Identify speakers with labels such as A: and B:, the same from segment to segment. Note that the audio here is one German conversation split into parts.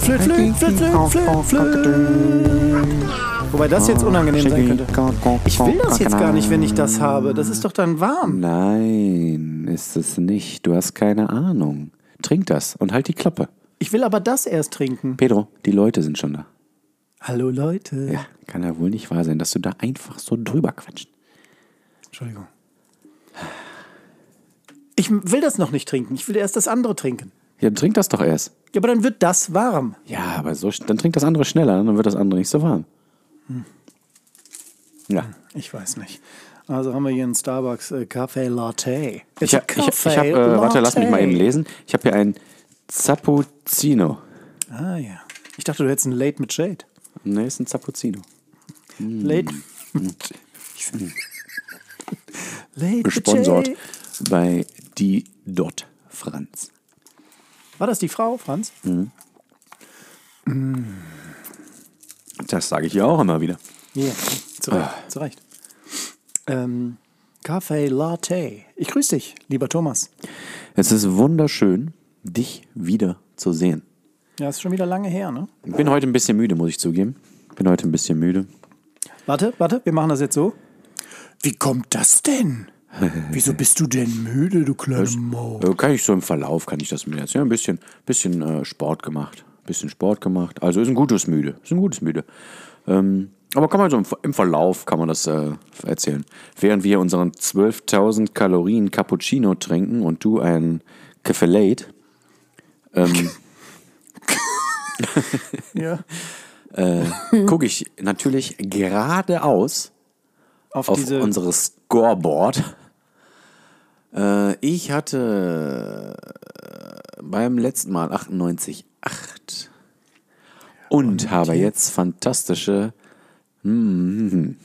A: Flöt, flöt, flöt, flöt, flöt, flöt. Wobei das jetzt unangenehm sein könnte. Ich will das jetzt gar nicht, wenn ich das habe. Das ist doch dann warm.
B: Nein, ist es nicht. Du hast keine Ahnung. Trink das und halt die Klappe.
A: Ich will aber das erst trinken.
B: Pedro, die Leute sind schon da.
A: Hallo Leute.
B: Ja, kann ja wohl nicht wahr sein, dass du da einfach so drüber quatschst.
A: Entschuldigung. Ich will das noch nicht trinken. Ich will erst das andere trinken.
B: Ja, trink das doch erst.
A: Ja, aber dann wird das warm.
B: Ja, aber so, sch- dann trink das andere schneller, dann wird das andere nicht so warm. Hm. Ja.
A: Ich weiß nicht. Also haben wir hier einen Starbucks äh, Café Latte.
B: Ich, hab- ich, ich habe, äh, warte, lass mich mal eben lesen. Ich habe hier einen Zappuccino.
A: Ah ja. Ich dachte, du hättest einen Late mit Shade.
B: Ne, ist ein Zappuccino.
A: Late.
B: Hm.
A: Late mit
B: Gesponsort
A: Shade.
B: bei die Dot Franz.
A: War das die Frau, Franz?
B: Hm. Das sage ich ja auch immer wieder.
A: Ja, zu Recht.
B: Ah.
A: Zu Recht. Ähm, Café Latte. Ich grüße dich, lieber Thomas.
B: Es ist wunderschön, dich wieder zu sehen.
A: Ja, ist schon wieder lange her, ne?
B: Ich bin heute ein bisschen müde, muss ich zugeben. Bin heute ein bisschen müde.
A: Warte, warte, wir machen das jetzt so. Wie kommt das denn? Wieso bist du denn müde, du kleine Mo?
B: Äh, Kann ich so im Verlauf, kann ich das mir jetzt. Ja, ein bisschen, bisschen äh, Sport gemacht. Bisschen Sport gemacht. Also ist ein gutes Müde. Ist ein gutes Müde. Ähm, aber kann man so im, Ver- im Verlauf kann man das äh, erzählen. Während wir unseren 12.000 Kalorien Cappuccino trinken und du ein ähm, Keffelate,
A: Ja.
B: gucke äh, ich natürlich geradeaus
A: Auf,
B: auf
A: diese.
B: unsere Scoreboard. Äh, ich hatte äh, beim letzten Mal 98,8 und, habe jetzt fantastische. Mhm.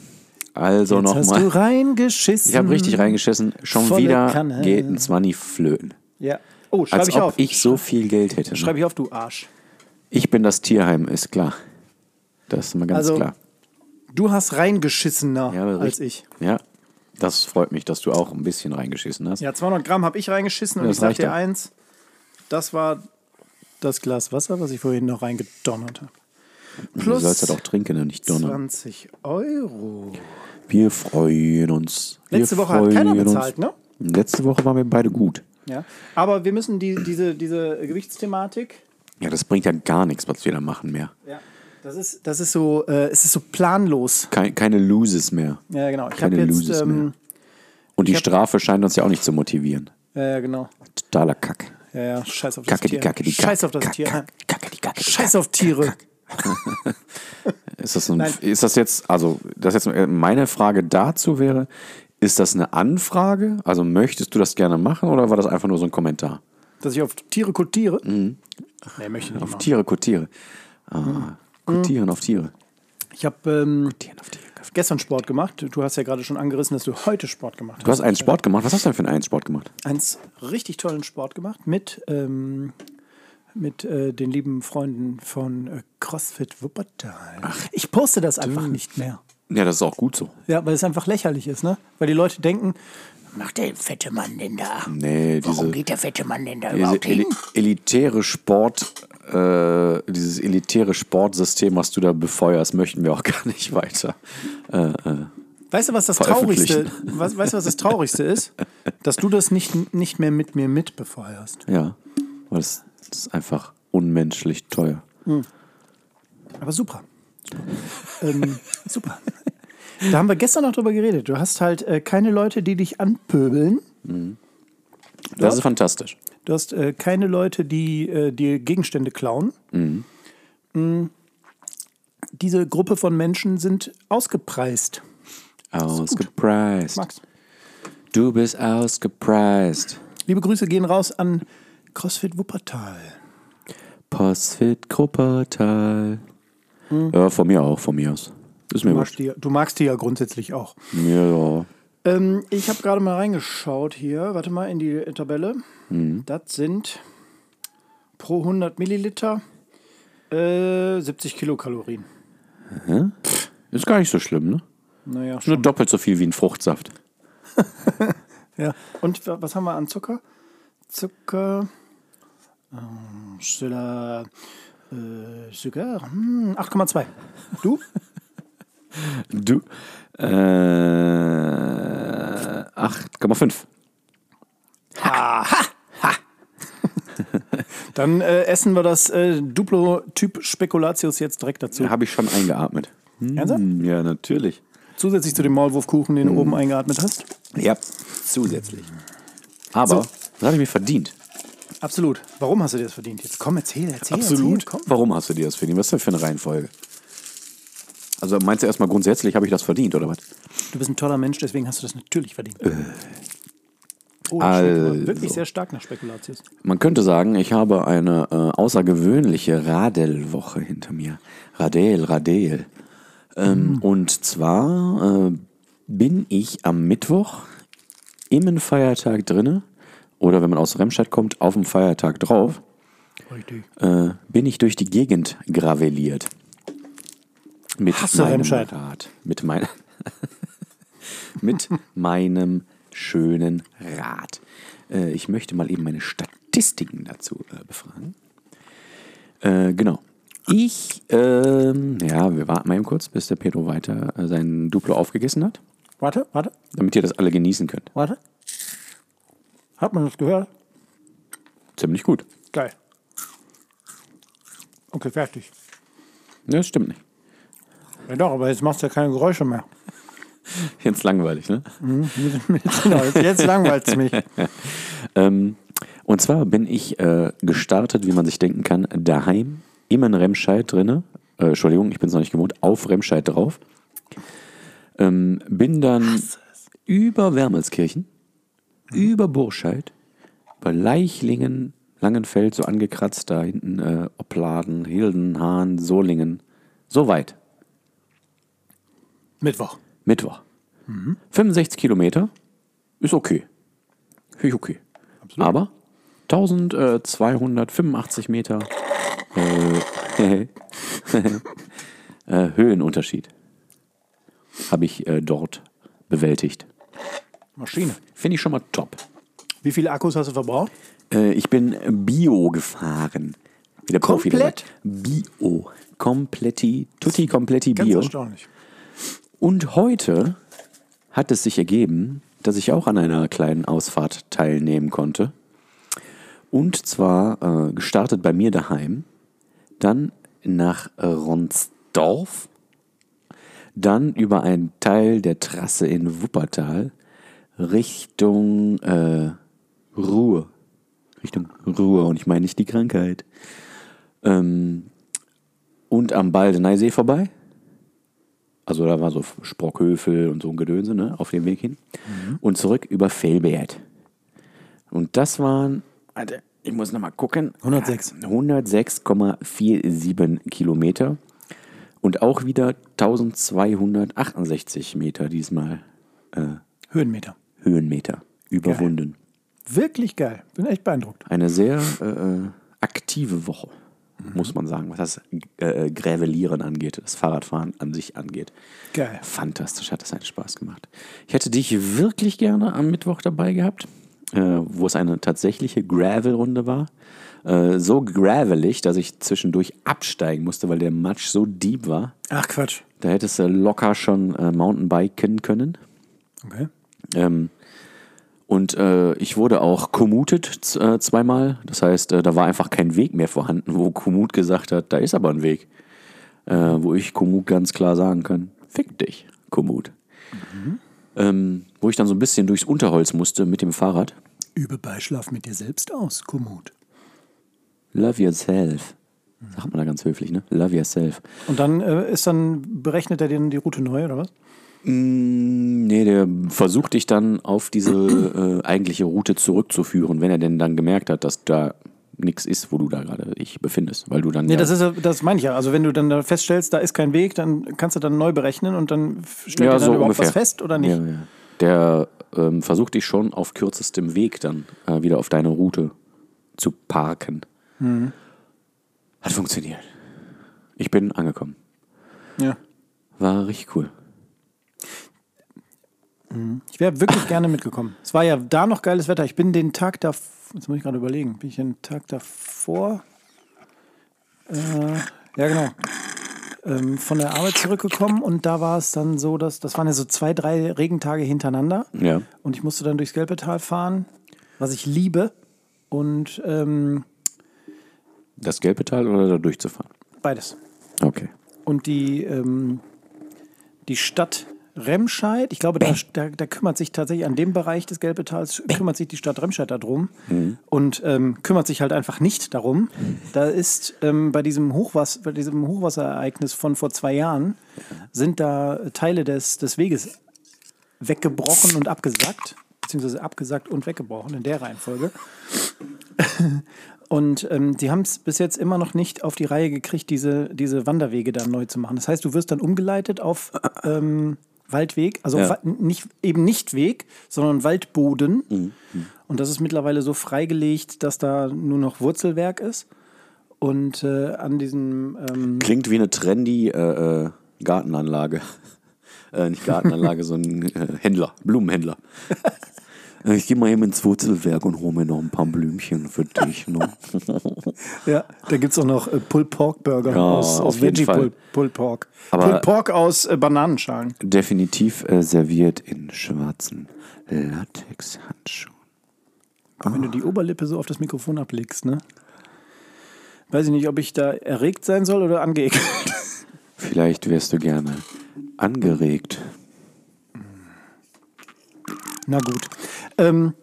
B: Also
A: jetzt hast du
B: nochmal.
A: reingeschissen.
B: Ich habe richtig reingeschissen. Schon
A: Volle
B: wieder
A: Kanne.
B: geht ein 20 flöten.
A: Ja. Oh, schreibe
B: Als
A: ich
B: ob
A: auf.
B: ich so viel Geld hätte. Ne?
A: schreibe ich auf, du Arsch.
B: Ich bin das Tierheim, ist klar. Das ist mal ganz
A: Also,
B: klar.
A: Du hast reingeschissener
B: Ja, aber
A: als ich.
B: richtig- Ja, das freut mich, dass du auch ein bisschen reingeschissen hast.
A: Ja, 200 Gramm habe ich reingeschissen und
B: Das
A: ich sag
B: reicht
A: dir
B: doch.
A: eins, das war das Glas Wasser, was ich vorhin noch reingedonnert habe.
B: Du
A: Plus
B: sollst ja doch trinken und nicht donnern.
A: 20 Euro.
B: Wir freuen uns. Wir
A: Letzte Woche hat keiner
B: freuen
A: bezahlt, ne?
B: Letzte Woche waren wir beide gut.
A: Ja. Aber wir müssen die, diese, diese Gewichtsthematik,
B: Ja, das bringt ja gar nichts, was wir da machen mehr.
A: ja, das, ist, das ist so, äh, es ist so planlos.
B: Kein, keine Loses mehr.
A: Ja, genau. Ich habe
B: Keine
A: jetzt,
B: Loses
A: ähm,
B: mehr. Und die
A: ich hab-
B: Strafe scheint uns ja auch nicht zu motivieren.
A: ja, ja, genau.
B: Totaler Kack.
A: Ja, ja, scheiß auf das
B: Kacke,
A: Tier.
B: die Kacke, die Kacke.
A: scheiß auf das
B: Kack,
A: Tier. ne?
B: Kack, Kacke, die Kacke. die
A: Scheiß auf Tiere.
B: Ist das, ein,
A: Nein.
B: ist das jetzt, also das jetzt meine Frage dazu wäre, ist das eine Anfrage? Also möchtest du das gerne machen oder war das einfach nur so ein Kommentar?
A: Dass ich auf Tiere kotiere? Nee, möchte ich nicht
B: Mhm. Auf
A: machen.
B: Tiere, kotiere.
A: Hm.
B: Ah, kotieren auf Tiere.
A: Ich habe ähm,
B: Kotieren auf Tiere.
A: gestern Sport gemacht. Du hast ja gerade schon angerissen, dass du heute Sport gemacht hast.
B: Du hast einen Sport gemacht. Was hast du denn für einen Sport gemacht?
A: eins richtig tollen Sport gemacht mit, ähm, mit äh, den lieben Freunden von äh, CrossFit Wuppertal. ich poste das einfach nicht mehr.
B: Ja, das ist auch gut so.
A: Ja, weil es einfach lächerlich ist, ne? Weil die Leute denken, macht der fette Mann denn da?
B: Nee,
A: Warum
B: diese,
A: geht der fette Mann denn da
B: diese
A: überhaupt hin?
B: eli elitäre Sport, äh, dieses elitäre Sportsystem, was du da befeuerst, möchten wir auch gar nicht weiter.
A: Weißt du, was das
B: veröffentlichen.
A: Traurigste, was, weißt du, was das Traurigste ist? Dass du das nicht, nicht mehr mit mir mitbefeuerst.
B: Ja, weil das, das ist einfach unmenschlich teuer.
A: Aber super. Super. ähm, super. Da haben wir gestern noch drüber geredet. Du hast halt äh, keine Leute, die dich anpöbeln.
B: Das ist fantastisch.
A: Du hast äh, keine Leute, die äh, dir Gegenstände klauen. Mm. Diese Gruppe von Menschen sind ausgepreist.
B: Ausgepreist.
A: Max.
B: Du bist ausgepreist.
A: Liebe Grüße gehen raus an CrossFit Wuppertal.
B: Postfit Kruppertal. Ja, von mir auch, von mir aus. Ist mir
A: Du
B: wurscht.
A: magst die, du magst die ja grundsätzlich auch.
B: Ja,
A: Ähm, ich habe gerade mal reingeschaut hier. Warte mal in die äh, Tabelle. Das sind pro 100 Milliliter äh, 70 Kilokalorien.
B: ist gar nicht so schlimm, ne?
A: Naja,
B: Nur doppelt so viel wie ein Fruchtsaft.
A: Ja. Und wa- was haben wir an Zucker? Zucker. Ähm, Stiller, Äh, Sugar, hm, 8,2. Du?
B: Du? Äh, 8,5.
A: Dann äh, essen wir das äh, Duplo-Typ Spekulatius jetzt direkt dazu.
B: Da habe ich schon eingeatmet.
A: Ernsthaft?
B: Hm, Ja, natürlich.
A: Zusätzlich zu dem Maulwurfkuchen, den du oben eingeatmet hast.
B: Ja, zusätzlich. Aber
A: So.
B: das habe ich mir verdient.
A: Absolut. Warum hast du dir das verdient? Jetzt komm, erzähl, erzähl. Erzähl, komm.
B: Warum hast du dir das verdient? Was ist denn für eine Reihenfolge? Also meinst du erstmal grundsätzlich habe ich das verdient, oder was?
A: Du bist ein toller Mensch, deswegen hast du das natürlich verdient. Oh, das schmeckt aber
B: Also.
A: wirklich sehr stark nach Spekulatius.
B: Man könnte sagen, ich habe eine äh, außergewöhnliche Radelwoche hinter mir. Radel, Radel. Ähm, Und zwar äh, bin ich am Mittwoch im Feiertag drinne oder wenn man aus Remscheid kommt, auf dem Feiertag drauf,
A: Richtig.
B: äh, bin ich durch die Gegend graveliert. Mit
A: Hasse Remscheid.
B: Rad. Mit, mein, mit meinem schönen Rad. Äh, ich möchte mal eben meine Statistiken dazu äh, befragen. Äh, genau. Ich, ähm, ja, wir warten mal eben kurz, bis der Pedro weiter äh, sein Duplo aufgegessen hat,
A: Warte, warte,
B: damit ihr das alle genießen könnt.
A: warte. Hat man das gehört?
B: Ziemlich gut.
A: Geil. Okay, fertig.
B: Ja, Das stimmt nicht.
A: Ja doch, aber jetzt machst du ja keine Geräusche mehr.
B: Jetzt langweilig, ne?
A: Genau, jetzt, jetzt langweilt es mich.
B: Ähm, und zwar bin ich äh, gestartet, wie man sich denken kann, daheim, immer in Remscheid drinne. Äh, Entschuldigung, ich bin es noch nicht gewohnt, auf Remscheid drauf. Ähm, bin dann über Wermelskirchen, über Burscheid, bei Leichlingen, Langenfeld, so angekratzt, da hinten äh, Opladen, Hilden, Hahn, Solingen, so weit.
A: Mittwoch.
B: Mittwoch. 65 Kilometer ist okay. Finde ich okay. Aber 1285 Meter äh, äh, Höhenunterschied habe ich äh, dort bewältigt.
A: Maschine.
B: Finde ich schon mal top.
A: Wie viele Akkus hast du verbraucht?
B: Äh, ich bin Bio gefahren. Wie der Profi
A: Komplett?
B: dabei. Bio. Kompletti, tutti kompletti
A: Ganz
B: Bio.
A: erstaunlich.
B: Und heute hat es sich ergeben, dass ich auch an einer kleinen Ausfahrt teilnehmen konnte. Und zwar äh, gestartet bei mir daheim, dann nach Ronsdorf, dann über einen Teil der Trasse in Wuppertal Richtung äh, Ruhr. Richtung Ruhr und ich meine nicht die Krankheit. Ähm, und am Baldeneysee vorbei. Also da war so Sprockhöfel und so ein Gedönse, ne, auf dem Weg hin. Und zurück über Felbert. Und das waren, Alter, ich muss nochmal gucken.
A: 106.
B: 106,47 Kilometer. Und auch wieder 1268 Meter diesmal
A: Höhenmeter.
B: Höhenmeter überwunden.
A: Wirklich geil. Bin echt beeindruckt.
B: Eine sehr äh, äh, aktive Woche, muss man sagen, was das äh, äh, Grävelieren angeht, das Fahrradfahren an sich angeht.
A: Geil.
B: Fantastisch, hat es einen Spaß gemacht. Ich hätte dich wirklich gerne am Mittwoch dabei gehabt, äh, wo es eine tatsächliche Gravel-Runde war. Äh, so gravelig, dass ich zwischendurch absteigen musste, weil der Matsch so deep war.
A: Ach Quatsch.
B: Da hättest du locker schon äh, Mountainbiken können.
A: Okay.
B: Ähm, und äh, ich wurde auch commuted z- äh, zweimal. Das heißt, äh, da war einfach kein Weg mehr vorhanden, wo Kommut gesagt hat, da ist aber ein Weg. Äh, wo ich Kommut ganz klar sagen kann, fick dich, Kommut. Ähm, wo ich dann so ein bisschen durchs Unterholz musste mit dem Fahrrad.
A: Übe Beischlaf mit dir selbst aus, Kommut.
B: Love yourself. Sagt man da ganz höflich, ne? Love yourself.
A: Und dann äh, ist dann berechnet er dir die Route neu, oder was?
B: Mm, Nee, der versucht dich dann auf diese äh, eigentliche Route zurückzuführen, wenn er denn dann gemerkt hat, dass da nichts ist, wo du da gerade dich befindest, weil du dann
A: Nee,
B: ja,
A: das ist ja- das meine ich ja. Also wenn du dann da feststellst, da ist kein Weg, dann kannst du dann neu berechnen und dann f- stellt
B: ja
A: er dann
B: so
A: überhaupt
B: ungefähr.
A: was fest oder nicht.
B: Ja, ja. Der ähm, versucht dich schon auf kürzestem Weg dann äh, wieder auf deine Route zu parken.
A: Mhm.
B: Hat funktioniert. Ich bin angekommen.
A: Ja.
B: War richtig cool.
A: Ich wäre wirklich gerne mitgekommen. Es war ja da noch geiles Wetter. Ich bin den Tag davor, jetzt muss ich gerade überlegen, bin ich den Tag davor? Ja, genau. Ähm, von der Arbeit zurückgekommen und da war es dann so, dass das waren ja so zwei, drei Regentage hintereinander.
B: Ja.
A: Und ich musste dann durchs Gelbetal fahren, was ich liebe. Und ähm,
B: Das gelbe Teil oder da durchzufahren?
A: beides.
B: Okay.
A: Und die, ähm, die Stadt Remscheid, ich glaube, da, da, da kümmert sich tatsächlich an dem Bereich des Gelbetals, kümmert sich die Stadt Remscheid darum und ähm, kümmert sich halt einfach nicht darum. Da ist ähm, bei, diesem Hochwasser, bei diesem Hochwasserereignis von vor zwei Jahren, sind da Teile des, des Weges weggebrochen und abgesackt, beziehungsweise abgesackt und weggebrochen in der Reihenfolge. Und ähm, die haben es bis jetzt immer noch nicht auf die Reihe gekriegt, diese, diese Wanderwege dann neu zu machen. Das heißt, du wirst dann umgeleitet auf ähm, Waldweg, also
B: Ja.
A: wa nicht, eben nicht Weg, sondern Waldboden. Und das ist mittlerweile so freigelegt, dass da nur noch Wurzelwerk ist. Und äh, an diesem ähm,
B: Klingt wie eine trendy äh, äh, Gartenanlage. Äh, nicht Gartenanlage, sondern äh, Händler, Blumenhändler. Äh, Ich gehe mal eben ins Wurzelwerk und hole mir noch ein paar Blümchen für dich. Ne?
A: Ja, da gibt es auch noch äh, Pulled Pork Burger aus,
B: auf
A: aus
B: jeden
A: Veggie
B: Fall.
A: Pull, Pulled Pork.
B: Aber-
A: Pulled Pork aus äh, Bananenschalen.
B: Definitiv äh, serviert in schwarzen Latexhandschuhen. Genau.
A: Und Wenn du die Oberlippe so auf das Mikrofon ablegst, ne? Weiß ich nicht, ob ich da erregt sein soll oder angeekelt.
B: Vielleicht wärst du gerne angeregt.
A: Na gut. Ähm,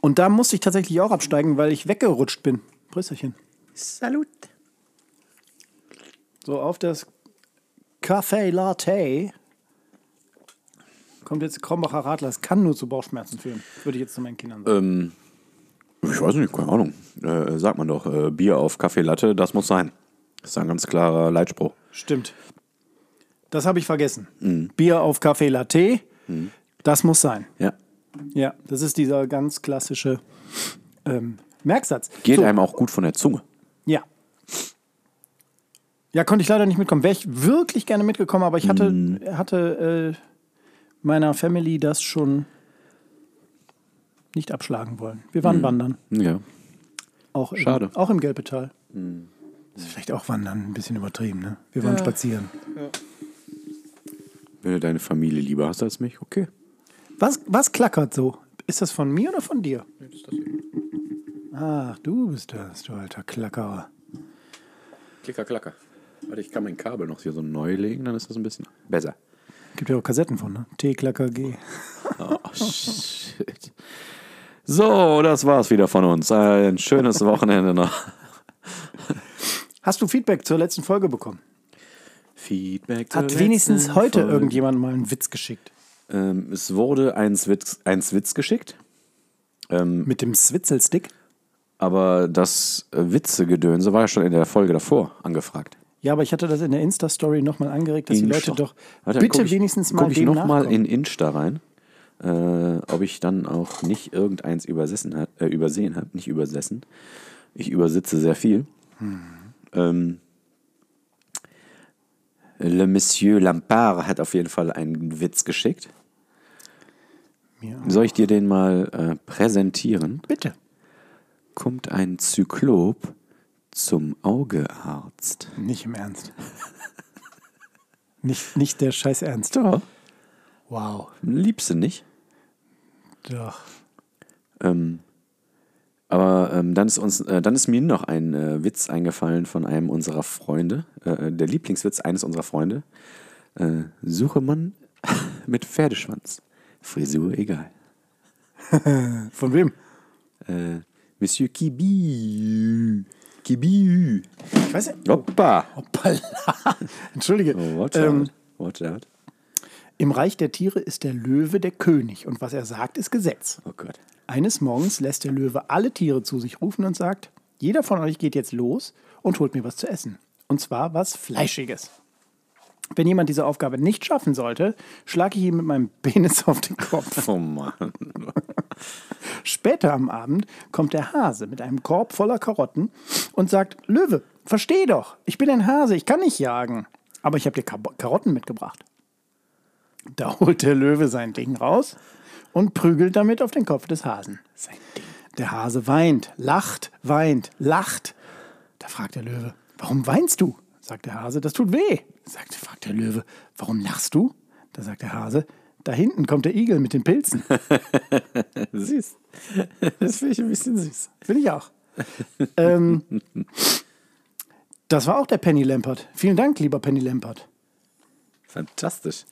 A: und da musste ich tatsächlich auch absteigen, weil ich weggerutscht bin. Prösterchen.
B: Salut.
A: So, auf das Café Latte kommt jetzt Krombacher Radler. Das kann nur zu Bauchschmerzen führen, würde ich jetzt zu meinen Kindern sagen.
B: Ähm, Ich weiß nicht, keine Ahnung. Äh, sagt man doch, äh, Bier auf Kaffee Latte, das muss sein. Das ist ein ganz klarer Leitspruch.
A: Stimmt. Das habe ich vergessen. Bier auf Kaffee Latte, das muss sein.
B: Ja.
A: Ja, das ist dieser ganz klassische ähm, Merksatz.
B: Geht
A: so,
B: einem auch gut von der Zunge.
A: Ja. Ja, konnte ich leider nicht mitkommen. Wäre ich wirklich gerne mitgekommen, aber ich hatte,
B: Mm.
A: hatte äh, meiner Family das schon nicht abschlagen wollen. Wir waren wandern.
B: Ja.
A: Auch im,
B: Mm. Schade. Mm.
A: Auch im Gelbetal. Das ist vielleicht auch wandern, ein bisschen übertrieben, ne? Wir waren spazieren.
B: Wenn du deine Familie lieber hast als mich, okay.
A: Was, was klackert so? Ist das von mir oder von dir? Ach, du bist das, du alter Klackerer.
B: Klicker, klacker. Warte, ich kann mein Kabel noch hier so neu legen, dann ist das ein bisschen besser.
A: Gibt ja auch Kassetten von, ne? T-Klacker G.
B: Oh, shit. So, das war's wieder von uns. Ein schönes Wochenende noch.
A: Hast du Feedback zur letzten Folge bekommen?
B: Feedback. zur
A: Hat wenigstens
B: letzten
A: heute
B: Folge.
A: irgendjemand mal einen Witz geschickt?
B: Ähm, es wurde ein Switz, ein Switz geschickt, Ähm,
A: Mit dem Switzelstick?
B: aber das äh, Witzegedönse war ja schon in der Folge davor angefragt.
A: Ja, aber ich hatte das in der Insta-Story nochmal angeregt, dass die Leute
B: Insta.
A: doch
B: Warte, dann
A: bitte
B: guck ich,
A: wenigstens mal
B: guck ich
A: dem
B: noch mal
A: nachkommen.
B: in Insta rein, äh, ob ich dann auch nicht irgendeins übersessen hat, äh, übersehen habe, nicht übersessen. Ich übersitze sehr viel.
A: Hm.
B: Ähm, Le Monsieur Lampard hat auf jeden Fall einen Witz geschickt.
A: Ja.
B: Soll ich dir den mal äh, präsentieren?
A: Bitte.
B: Kommt ein Zyklop zum Augearzt.
A: Nicht im Ernst. nicht, nicht der Scheiß Ernst.
B: Doch,
A: Wow.
B: liebst du nicht?
A: Doch.
B: Ähm, aber ähm, dann, ist uns, äh, dann ist mir noch ein äh, Witz eingefallen von einem unserer Freunde, äh, der Lieblingswitz eines unserer Freunde. Äh, suche Mann mit Pferdeschwanz. Frisur egal.
A: Von wem?
B: Äh, Monsieur Kibi. Kibi.
A: Ich weiß nicht.
B: Hoppa.
A: Hoppala. Entschuldige.
B: Watch
A: ähm,
B: out. Watch out.
A: Im Reich der Tiere ist der Löwe der König und was er sagt, ist Gesetz.
B: Oh Gott.
A: Eines Morgens lässt der Löwe alle Tiere zu sich rufen und sagt, jeder von euch geht jetzt los und holt mir was zu essen. Und zwar was Fleischiges. Wenn jemand diese Aufgabe nicht schaffen sollte, schlage ich ihm mit meinem Penis auf den Kopf.
B: Oh Mann.
A: Später am Abend kommt der Hase mit einem Korb voller Karotten und sagt, Löwe, versteh doch, ich bin ein Hase, ich kann nicht jagen. Aber ich habe dir Kar Karotten mitgebracht. Da holt der Löwe sein Ding raus und prügelt damit auf den Kopf des Hasen. Sein Ding. Der Hase weint, lacht, weint, lacht. Da fragt der Löwe, Warum weinst du? sagt der Hase, das tut weh. Sagt, fragt der Löwe, warum lachst du? Da sagt der Hase, da hinten kommt der Igel mit den Pilzen. süß. Das finde ich ein bisschen süß. Finde ich auch. ähm, das war auch der Penny Lampert. Vielen Dank, lieber Penny Lampert.
B: Fantastisch.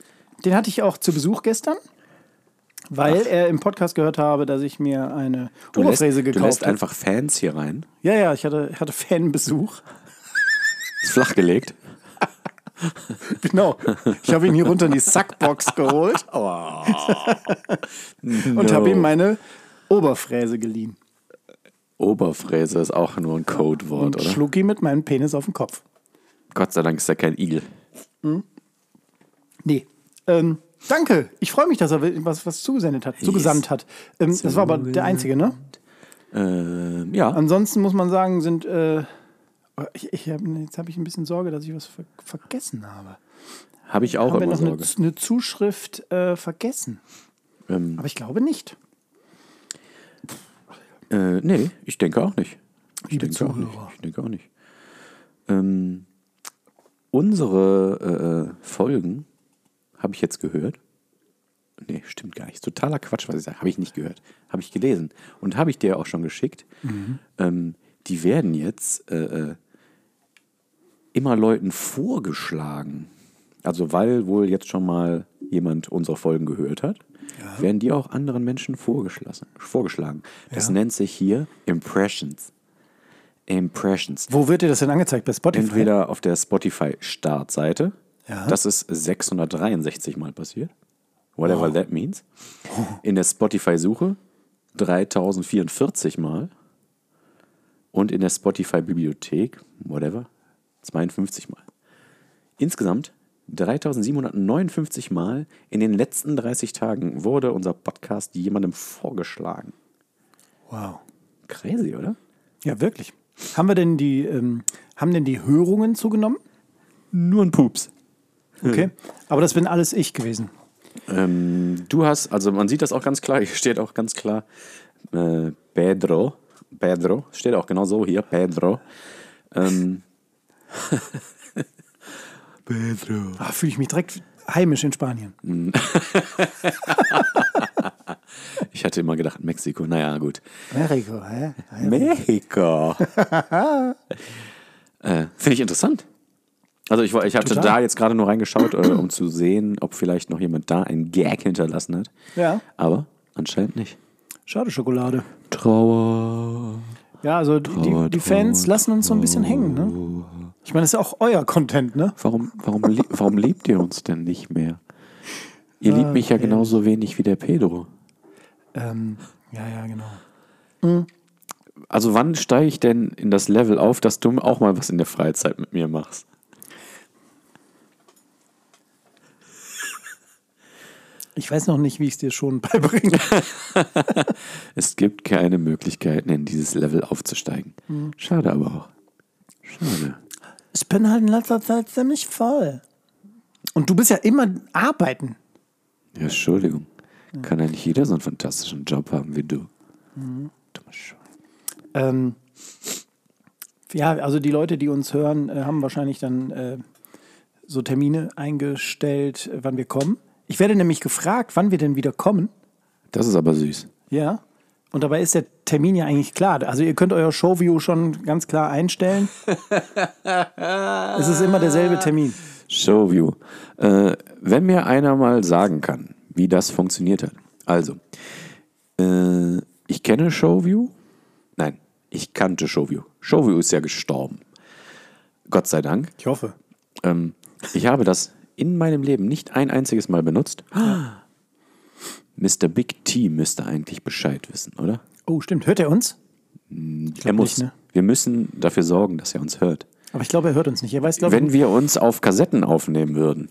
A: Den hatte ich auch zu Besuch gestern, weil er im Podcast gehört habe, dass ich mir eine
B: Du lässt,
A: Oberfräse
B: du lässt
A: gekauft habe.
B: einfach Fans hier rein.
A: Ja, ja, ich hatte, hatte Fanbesuch.
B: Ist flachgelegt.
A: Genau. Ich habe ihn hier runter in die Sackbox geholt
B: Oh
A: und habe ihm meine Oberfräse geliehen.
B: Oberfräse ist auch nur ein Codewort,
A: Und
B: oder?
A: schlug ihm mit meinem Penis auf den Kopf.
B: Gott sei Dank ist da kein Igel.
A: Nee. Ähm, danke. Ich freue mich, dass er was, was zugesendet hat, zugesandt hat. Ähm, das war aber der einzige, ne?
B: Ähm, ja,
A: Ansonsten muss man sagen, sind. Äh, ich, ich hab, jetzt habe ich ein bisschen Sorge, dass ich was ver vergessen habe.
B: habe ich auch
A: Haben wir
B: immer
A: noch eine,
B: Sorge.
A: eine Zuschrift äh, vergessen?
B: Ähm,
A: Aber ich glaube nicht.
B: äh, nee, ich denke auch nicht. Ich
A: Liebe
B: denke auch
A: Zuhörer.
B: nicht. Ich denke auch nicht. Ähm, unsere äh, Folgen habe ich jetzt gehört. Nee, stimmt gar nicht. Totaler Quatsch, was ich sage. Habe ich nicht gehört. Habe ich gelesen. Und habe ich dir auch schon geschickt. Ähm, die werden jetzt äh, äh, immer Leuten vorgeschlagen. Also weil wohl jetzt schon mal jemand unsere Folgen gehört hat, werden die auch anderen Menschen vorgeschlagen. vorgeschlagen. Das nennt sich hier Impressions. Impressions.
A: Wo wird dir das denn angezeigt? Bei Spotify?
B: Entweder auf der Spotify-Startseite.
A: Ja.
B: Das ist 663 Mal passiert. Whatever that means. In der Spotify-Suche 3044 Mal. Und in der Spotify-Bibliothek, whatever, 52 Mal. Insgesamt 3759 Mal in den letzten 30 Tagen wurde unser Podcast jemandem vorgeschlagen.
A: Wow.
B: Crazy, oder?
A: Ja, wirklich. Haben wir denn die, ähm, haben denn die Hörungen zugenommen?
B: Nur ein Pups. Hm.
A: Okay. Aber das bin alles ich gewesen.
B: Ähm, du hast, also man sieht das auch ganz klar, hier steht auch ganz klar äh, Pedro. Pedro, steht auch genau so hier, Pedro. Ähm, Pedro.
A: Ah, Fühle ich mich direkt heimisch in Spanien.
B: Hm. Ich hatte immer gedacht, Mexiko, naja, gut.
A: Mexiko, hä?
B: Mexiko. äh, Finde ich interessant. Also ich, war- ich hatte
A: Total.
B: da jetzt gerade nur reingeschaut, äh, um zu sehen, ob vielleicht noch jemand da einen Gag hinterlassen hat.
A: Ja.
B: Aber anscheinend nicht.
A: Schade, Schokolade.
B: Trauer.
A: Ja, also die, die, die Fans lassen uns so ein bisschen hängen, ne? Ich meine, das ist auch euer Content, ne?
B: Warum, warum, lieb, warum liebt ihr uns denn nicht mehr? Ihr liebt mich ja genauso wenig wie der Pedro.
A: Ähm, ja, ja, genau.
B: Also wann steige ich denn in das Level auf, dass du auch mal was in der Freizeit mit mir machst?
A: Ich weiß noch nicht, wie ich es dir schon beibringe.
B: Es gibt keine Möglichkeiten, in dieses Level aufzusteigen. Schade aber auch. Schade.
A: Ich bin halt in letzter Zeit ziemlich voll. Und du bist ja immer arbeiten.
B: Ja, Entschuldigung. Kann ja nicht jeder so einen fantastischen Job haben wie du. Dummes Schwein.
A: Ähm, ja, also die Leute, die uns hören, äh, haben wahrscheinlich dann äh, so Termine eingestellt, äh, wann wir kommen. Ich werde nämlich gefragt, wann wir denn wieder kommen.
B: Das ist aber süß.
A: Ja. Und dabei ist der Termin ja eigentlich klar. Also ihr könnt euer Showview schon ganz klar einstellen. es ist immer derselbe Termin.
B: Showview. Äh, wenn mir einer mal sagen kann, wie das funktioniert hat. Also, äh, ich kenne Showview. Nein, ich kannte Showview. Showview ist ja gestorben. Gott sei Dank.
A: Ich hoffe.
B: Ähm, ich habe das in meinem Leben nicht ein einziges Mal benutzt. Mr. Big T müsste eigentlich Bescheid wissen, oder?
A: Oh, stimmt. Hört er uns?
B: er
A: nicht,
B: muss.
A: ne?
B: Wir müssen dafür sorgen, dass er uns hört.
A: Aber ich glaube, er hört uns nicht. Er weiß, glaube ich,
B: Wenn wir uns auf Kassetten aufnehmen würden,